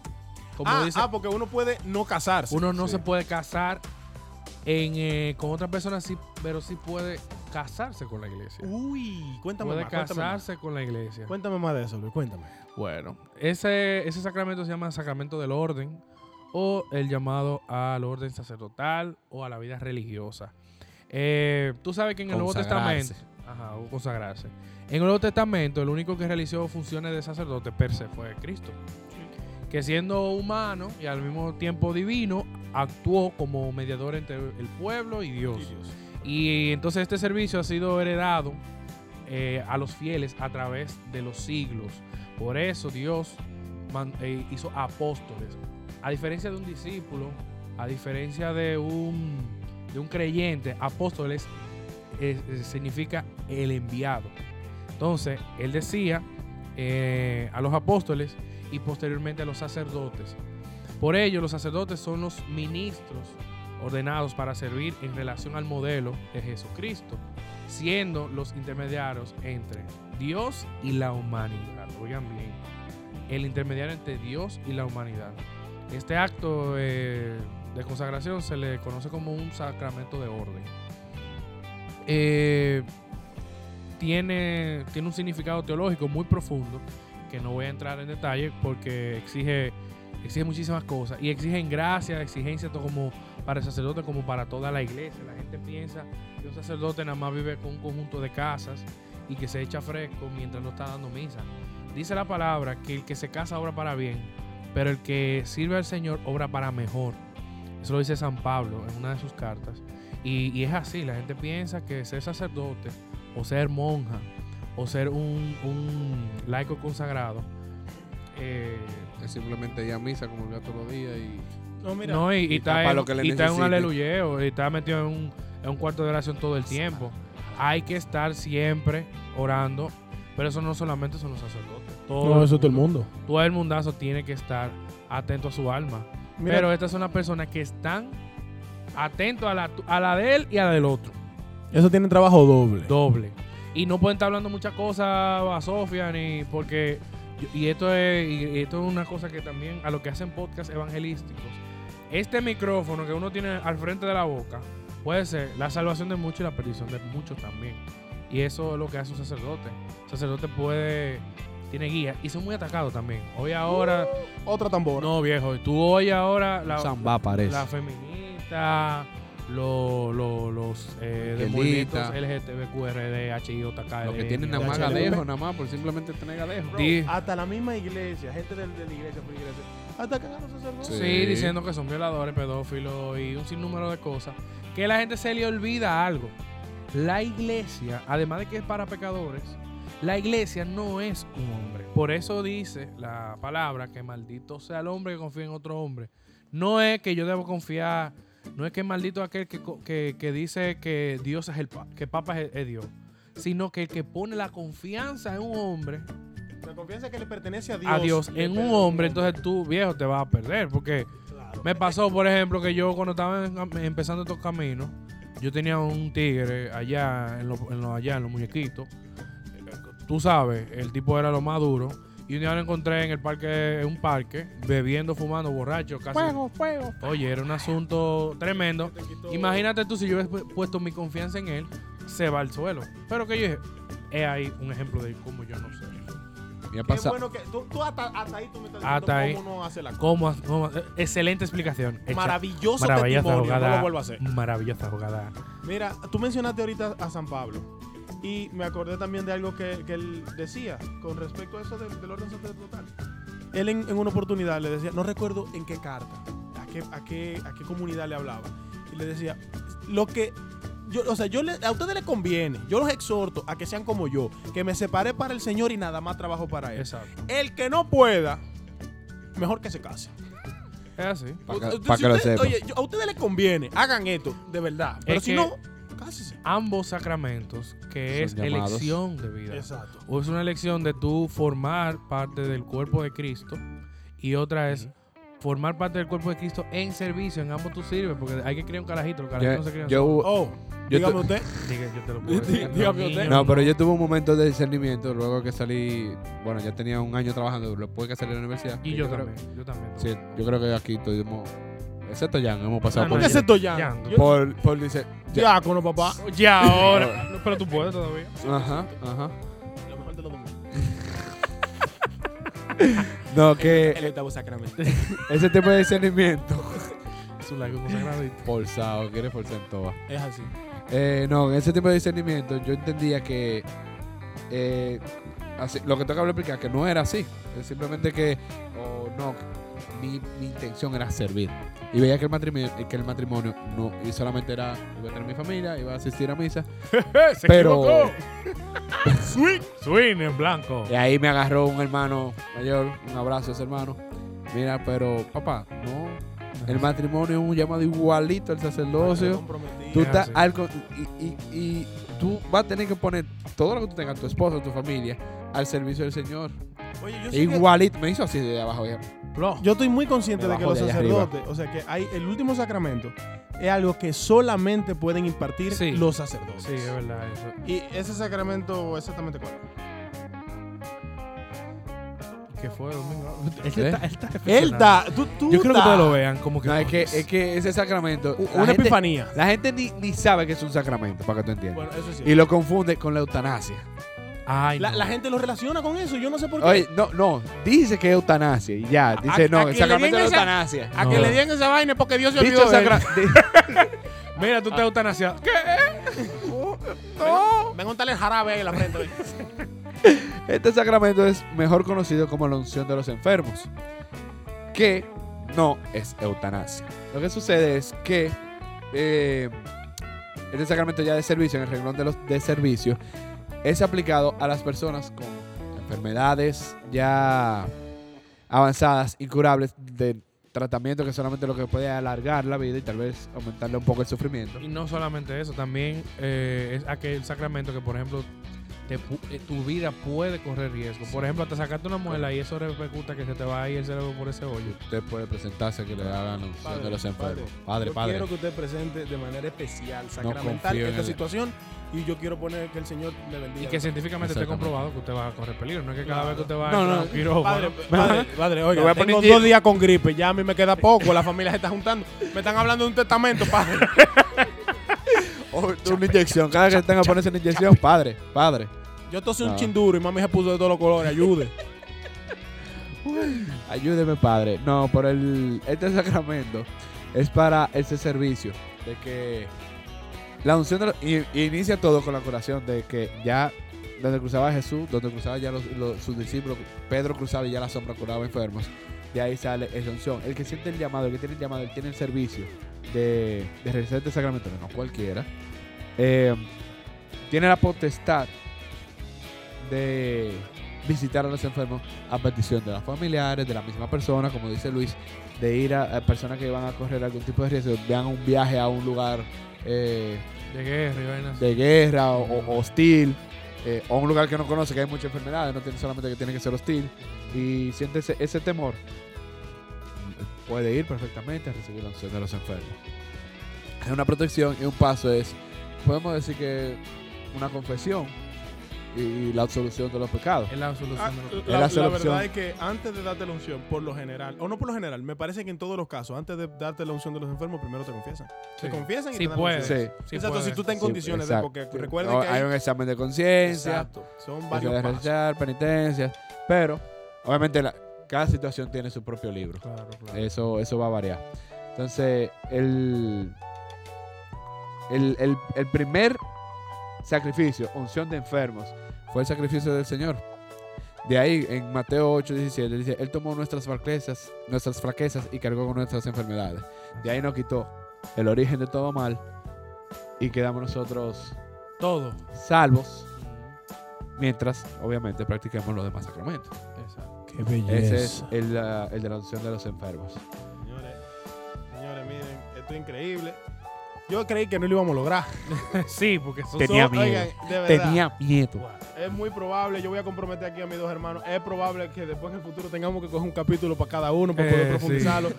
S2: como
S3: Ah,
S2: dice,
S3: ah, porque uno puede no casarse.
S2: uno no
S5: sí.
S2: se puede casar en, eh, con otra persona, sí, pero sí puede casarse con la iglesia.
S3: Uy, Uh, cuéntame
S2: puede
S3: más, cuéntame más.
S2: casarse con la iglesia.
S3: Cuéntame más de eso, Luis, cuéntame.
S5: Bueno.
S2: Ese, ese sacramento se llama sacramento del orden o el llamado al orden sacerdotal o a la vida religiosa. Eh, tú sabes que en el Nuevo
S5: Consagrarse.
S2: Testamento, ajá, o consagrarse. En el Nuevo Testamento, el único que realizó funciones de sacerdote per se fue Cristo, que siendo humano y al mismo tiempo divino, actuó como mediador entre el pueblo y Dios. Y, Y entonces este servicio ha sido heredado eh, a los fieles a través de los siglos. Por eso Dios man- eh, hizo apóstoles. A diferencia de un discípulo, a diferencia de un, de un creyente, apóstoles eh, eh, significa el enviado. Entonces, él decía eh, a los apóstoles y posteriormente a los sacerdotes. Por ello, los sacerdotes son los ministros ordenados para servir en relación al modelo de Jesucristo, siendo los intermediarios entre Dios y la humanidad. Oigan bien, el intermediario entre Dios y la humanidad. Este acto eh, de consagración se le conoce como un sacramento de orden. Eh, tiene, tiene un significado teológico muy profundo que no voy a entrar en detalle porque exige, exige muchísimas cosas y exigen gracia, exigencias to- como para el sacerdote como para toda la iglesia. La gente piensa que un sacerdote nada más vive con un conjunto de casas y que se echa fresco mientras no está dando misa. Dice la palabra que el que se casa obra para bien, pero el que sirve al Señor obra para mejor. Eso lo dice San Pablo en una de sus cartas. Y, y es así, la gente piensa que ser sacerdote o ser monja o ser un, un laico consagrado eh,
S6: Es simplemente ir a misa como el gato los días y
S3: No, mira.
S2: no, y, y
S6: y
S2: está,
S6: tapa
S2: en,
S6: lo que le
S2: y está en un
S6: necesite.
S2: aleluyeo, y está metido en un, en un cuarto de oración todo el tiempo. Hay que estar siempre orando, pero eso no solamente son los sacerdotes. Todo,
S3: No, eso todo el mundo.
S2: todo el mundazo tiene que estar atento a su alma.
S3: Mira,
S2: Pero estas son las personas que están atentos a la, tu- a la de él y a la del otro.
S3: eso tiene trabajo doble.
S2: Doble. Y no pueden estar hablando muchas cosas a Sofía ni porque yo- y esto es y esto es una cosa que también a lo que hacen podcasts evangelísticos. Este micrófono que uno tiene al frente de la boca puede ser la salvación de muchos y la perdición de muchos también. Y eso es lo que hace un sacerdote. Un sacerdote puede tiene guía y son muy atacados también. Hoy ahora
S3: Otra tambora.
S2: no viejo, tú hoy ahora la,
S5: Zamba parece.
S2: la feminista, lo- lo- los eh, de
S6: Izquierdita.
S2: movimientos LGTBQRD, HIOTK.
S6: lo que tienen nada
S3: ya,
S2: E
S6: más
S3: ya, ya.
S6: galejo, nada más por simplemente tener galejo.
S3: Bro,
S2: Di-
S3: Hasta la misma iglesia, gente del- de, la iglesia, por iglesia. Hasta cagar los sacerdotes.
S2: Sí,
S6: Sí.
S2: diciendo que son violadores, pedófilos y un sinnúmero de cosas. Que la gente se le olvida algo. La iglesia, además de que es para pecadores, la iglesia no es un hombre. Por eso dice la palabra que maldito sea el hombre que confía en otro hombre. No es que yo debo confiar, no es que maldito aquel que, co- que- que dice que Dios es el pa- que Papa es, es Dios, sino que el que pone la confianza en un hombre
S3: La confianza que le pertenece a Dios.
S2: a Dios
S3: le
S2: en un
S3: pertenece
S2: hombre, entonces tú, viejo, te vas a perder. Porque
S3: Claro.
S2: me pasó, por ejemplo, que yo cuando estaba en- empezando estos caminos, yo tenía un tigre allá en los en los- allá, en los muñequitos. Tú sabes, el tipo era lo más duro. Y un día lo encontré en el parque, en un parque, bebiendo, fumando, borracho, casi.
S4: Fuego, fuego.
S2: Oye, era un asunto tremendo.
S3: Te quitó-
S2: Imagínate tú si yo hubiese pu- puesto mi confianza en él, se va al suelo. Pero que yo dije, es ahí un ejemplo de cómo yo no sé.
S6: Me ha
S3: Qué
S6: pasado.
S3: bueno que tú, tú hasta, hasta ahí tú me estás
S2: Hasta ahí.
S3: diciendo cómo no hace la cosa.
S2: ¿Cómo, cómo- eh, excelente explicación. hecha.
S3: Maravilloso
S2: Maravillosa
S3: testimonio, no
S2: jugada.
S3: lo vuelvo a hacer.
S2: Maravillosa jugada.
S3: Mira, tú mencionaste ahorita a San Pablo. Y me acordé también de algo que, que él decía con respecto a eso del, del orden sacerdotal. Él en, en una oportunidad le decía, no recuerdo en qué carta, a qué, a qué, a qué comunidad le hablaba. Y le decía, lo que... Yo, o sea, yo le- a ustedes les conviene, yo los exhorto a que sean como yo, que me separé para el Señor y nada más trabajo para Él.
S2: Exacto.
S3: El que no pueda, mejor que se case.
S2: Es así.
S6: Pa' que-
S3: Usted-
S6: pa'
S3: si
S6: que lo
S3: usted-
S6: sepa.
S3: Oye, yo- a ustedes les conviene, hagan esto, de verdad. Pero si
S2: que-
S3: no, cásese.
S2: Ambos sacramentos, que
S5: Son
S2: es
S5: llamados.
S2: elección de vida.
S3: Exacto.
S2: O es una elección de tú formar parte del cuerpo de Cristo y otra es formar parte del cuerpo de Cristo en servicio. En ambos tú sirves porque hay que criar un carajito. Los carajitos
S5: Yo,
S2: no se crían.
S5: yo-
S3: Oh,
S5: Pues, Yo Pues,
S3: dígame
S5: tu-
S3: usted.
S2: Diga- yo te lo puedo decir.
S3: Dígame
S2: Los
S3: usted.
S2: niños
S5: no, pero yo tuve un momento de discernimiento luego que salí. Bueno, ya tenía un año trabajando, después que salí de la universidad.
S2: Y yo
S5: creo-
S2: también. Yo también.
S5: Sí, yo creo que aquí tuvimos. Excepto Jan, hemos
S2: Ah,
S5: pasado
S2: No,
S5: por,
S3: ¿Por qué se
S2: Ya.
S3: toyan?
S5: por, por dice. Pues, ya-
S3: Diácono, papá.
S2: Ya ahora. No, pero tú puedes todavía.
S5: Ajá, ajá.
S3: Lo mejor de los domingos.
S5: No, que
S3: El octavo sacramento.
S5: eh, ese tipo de discernimiento.
S2: Su laico consagradito.
S5: Forzado, quiere forzar en todas.
S3: Es así.
S5: Eh, no, en ese tipo de discernimiento yo entendía que eh, así- lo que tengo que explicar que no era así. Es simplemente que, o no, mi, mi intención era servir. Y veía que el matrimonio, que el matrimonio no, y solamente era, iba a tener mi familia, iba a asistir a misa.
S2: Se
S5: Pero
S2: Swing. Swing en blanco.
S5: y ahí me agarró un hermano mayor, un abrazo a ese hermano. Mira, pero papá, no, el matrimonio es un llamado igualito al sacerdocio. Tú
S2: Es
S5: estás
S2: así.
S5: al con- y, y- y tú vas a tener que poner todo lo que tú tengas, tu esposo, tu familia, al servicio del Señor.
S3: Oye, yo, sé que-
S5: Igualito, me hizo así de abajo. ya.
S3: yo estoy muy consciente
S5: Me
S3: de que
S5: bajó
S3: los
S5: de allá arriba.
S3: sacerdotes, o sea, que hay el último sacramento es algo que solamente pueden impartir
S2: Sí.
S3: los sacerdotes.
S2: Sí, es verdad eso.
S3: Y ese sacramento, exactamente cuál.
S2: ¿Qué fue, Domingo?
S5: ¿Eh?
S3: Él está. Tú, tú
S2: Yo creo que
S3: estás-
S2: ustedes lo vean como que...
S5: No, es que, es que ese sacramento.
S3: U-
S5: la
S3: Una
S5: gente-
S3: epifanía.
S5: La gente ni, ni sabe que es un sacramento, para que tú entiendas.
S3: Bueno, eso sí.
S5: y lo confunde con la eutanasia.
S2: Ay,
S3: La,
S2: no.
S3: la gente lo relaciona con eso. Yo no sé por qué.
S5: Oye, no, no, dice que es eutanasia. Y ya, dice no,
S3: a
S5: el
S3: quien le
S5: sacramento
S3: den
S5: es
S3: esa-
S5: eutanasia.
S2: No. que le
S3: dieron esa vaina es porque Dios se
S5: Dicho sacra- di-
S2: Mira, tú te
S5: Ah.
S2: eutanasias. ¿Qué?
S3: No. Ven a untarle el jarabe ahí en la frente.
S5: este sacramento es mejor conocido como la unción de los enfermos, que no es eutanasia. Lo que sucede es que eh, este sacramento ya de servicio, en el renglón de, los, de servicio, es aplicado a las personas con enfermedades ya avanzadas, incurables, de tratamiento que solamente lo que puede alargar la vida y tal vez aumentarle un poco el sufrimiento.
S2: Y no solamente eso, también eh, es aquel sacramento que, por ejemplo, te pu- eh, tu vida puede correr riesgo. Por ejemplo, hasta sacarte una muela y eso repercuta que se te va a ir el cerebro por ese hoyo.
S5: Usted puede presentarse que le hagan la unción
S3: Padre,
S5: de los enfermos. Padre,
S3: Yo
S5: padre.
S3: quiero que usted presente de manera especial, sacramental,
S5: confío en
S3: esta
S5: el-
S3: situación. Y yo quiero poner que el Señor le bendiga.
S2: Y que científicamente esté
S5: Exactamente.
S2: comprobado que usted va a correr peligro. No es que cada vez que usted va
S5: No,
S2: a
S5: no.
S2: un quirófano-
S3: Padre, padre, padre, oiga,
S5: voy a
S3: tengo
S5: poner
S3: dos días con gripe, ya a mí me queda poco, la familia se está juntando. Me están hablando de un testamento, padre.
S5: O Oh, una inyección. Cada vez que tenga que ponerse una inyección, padre, padre.
S3: Yo tosí
S5: Ah.
S3: un chinduro y mami se puso de todos los colores, ayude.
S5: Pues, Ayúdeme, padre. No, por el. Este sacramento es para ese servicio. De que. La unción de los- y- y inicia todo con la curación. De que ya. Donde cruzaba Jesús, donde cruzaba ya los- los- sus discípulos, Pedro cruzaba y ya la sombra curaba enfermos. De ahí sale esa unción. El que siente el llamado, el que tiene el llamado, el que tiene el servicio de, de realizar este sacramento, no cualquiera, eh, tiene la potestad de visitar a los enfermos a petición de los familiares, de la misma persona, como dice Luis, de ir a, a personas que van a correr algún tipo de riesgo, vean un viaje a un lugar eh,
S2: De guerra y vainas.
S5: de guerra o, o hostil, eh, o un lugar que no conoce, que hay muchas enfermedades, no tiene solamente que tiene que ser hostil, y siente ese, ese temor, puede ir perfectamente a recibir la unción de los enfermos. Es una protección y un paso es, podemos decir que una confesión y, y la absolución de los pecados.
S2: Es la solución. de lo que-
S3: Ah, la,
S5: Era su
S3: la
S5: opción.
S3: verdad es que antes de darte la unción, por lo general, o no por lo general, me parece que en todos los casos, antes de darte la unción de los enfermos, primero te confiesan.
S2: Sí.
S3: Te confiesan y
S2: Sí
S3: te dan la
S2: puede.
S3: unción.
S5: Sí.
S2: Sí
S3: exacto,
S2: puede.
S3: si tú estás en
S5: Sí,
S3: condiciones, de,
S5: exacto.
S3: porque
S5: Sí.
S3: recuerden
S5: O-
S3: que
S5: hay, un examen de conciencia,
S3: Exacto, son
S5: hay que
S3: varios pasos.
S5: realizar penitencias, pero obviamente la- cada situación tiene su propio libro.
S2: Claro, claro.
S5: Eso, eso va a variar. Entonces, el, el, el- el primer sacrificio, unción de enfermos, fue el sacrificio del Señor. De ahí, en Mateo 8, 17, dice, Él tomó nuestras fraquezas, nuestras fraquezas y cargó con nuestras enfermedades. De ahí nos quitó el origen de todo mal y quedamos nosotros
S2: Todo.
S5: salvos mientras, obviamente, practiquemos los demás sacramentos.
S2: Exacto.
S1: Qué
S5: Ese es el, ah, el de la unción de los enfermos.
S3: Señores, señores, miren, esto es increíble. Yo creí que no lo íbamos a lograr.
S2: Sí, porque eso
S4: Tenía
S3: So-
S4: miedo.
S3: Oigan, de verdad,
S5: Tenía miedo.
S3: es muy probable, yo voy a comprometer aquí a mis dos hermanos, es probable que después en el futuro tengamos que coger un capítulo para cada uno para
S2: Eh,
S3: poder
S2: sí.
S3: profundizarlo.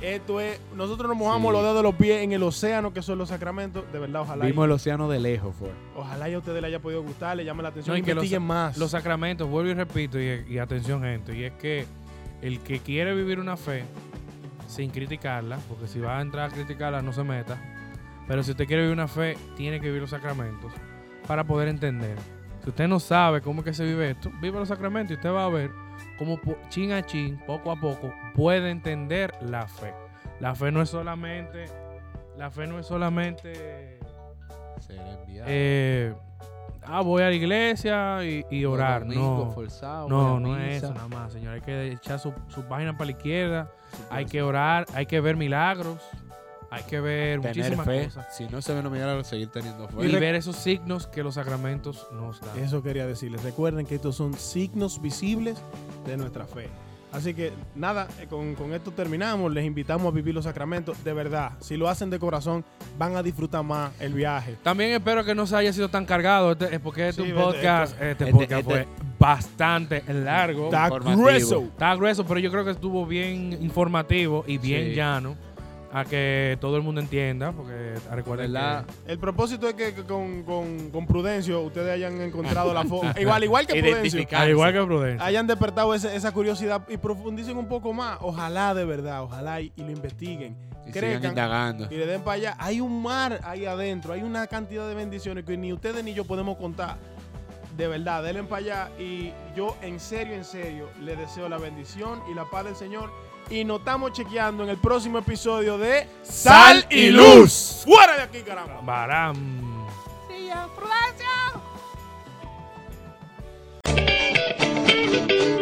S3: Esto es, nosotros nos mojamos
S5: Sí.
S3: los dedos de los pies en el océano que son los sacramentos. De verdad, ojalá, y-
S5: Vimos el océano de lejos, fue.
S3: ojalá y a ustedes les haya podido gustar, le llame la atención
S2: No,
S3: y
S2: y que los-
S3: investiguen más.
S2: Los sacramentos, vuelvo y repito, y, y atención gente, y es que el que quiere vivir una fe sin criticarla, porque si va a entrar a criticarla no se meta, pero si usted quiere vivir una fe, tiene que vivir los sacramentos para poder entender. Si usted no sabe cómo es que se vive esto, viva los sacramentos y usted va a ver cómo po- chin a chin, poco a poco, puede entender la fe. La fe no es solamente, la fe no es solamente
S5: Será enviado.
S2: eh, ah, voy a la iglesia y, y orar.
S5: Los domingos
S2: No,
S5: forzados,
S2: no,
S5: voy a
S2: no es
S5: misa.
S2: eso nada más, señor. Hay que echar su, su página para la izquierda, hay que orar, hay que ver milagros, hay que ver
S5: Tener
S2: muchísimas
S5: fe.
S2: cosas.
S5: Si no se ven los milagros, seguir teniendo fe.
S2: Y ver esos signos que los sacramentos nos dan.
S3: Eso quería decirles. Recuerden que estos son signos visibles de nuestra fe. Así que nada, eh, con, con esto terminamos. Les invitamos a vivir los sacramentos. De verdad, si lo hacen de corazón, van a disfrutar más el viaje.
S2: También espero que no se haya sido tan cargado, este- eh, porque este
S3: Sí,
S2: un
S3: vete,
S2: podcast, este,
S5: Este-
S2: podcast
S5: este-
S2: fue bastante largo.
S3: Está
S5: Informativo.
S3: grueso.
S2: Está grueso, pero yo creo que estuvo bien informativo y bien
S5: Sí.
S2: llano a que todo el mundo entienda, porque recuerden
S5: ¿Verdad?
S2: que-
S3: El propósito es que que con, con- con Prudencio ustedes hayan encontrado la forma. Igual, igual que Prudencio.
S5: Identificar.
S2: al igual que Prudencia.
S3: Hayan despertado ese- esa curiosidad y profundicen un poco más. Ojalá de verdad, ojalá y, y lo investiguen.
S5: Y sigan
S3: Crezcan
S5: indagando.
S3: y le den para allá. Hay un mar ahí adentro, hay una cantidad de bendiciones que ni ustedes ni yo podemos contar. De verdad, denle para allá. Y yo, en serio, en serio, le deseo la bendición y la paz del Señor. Y nos estamos chequeando en el próximo episodio de
S2: Sal y Luz.
S3: ¡Fuera de aquí, caramba!
S2: Baram.
S4: Sí, ya, Prudencio.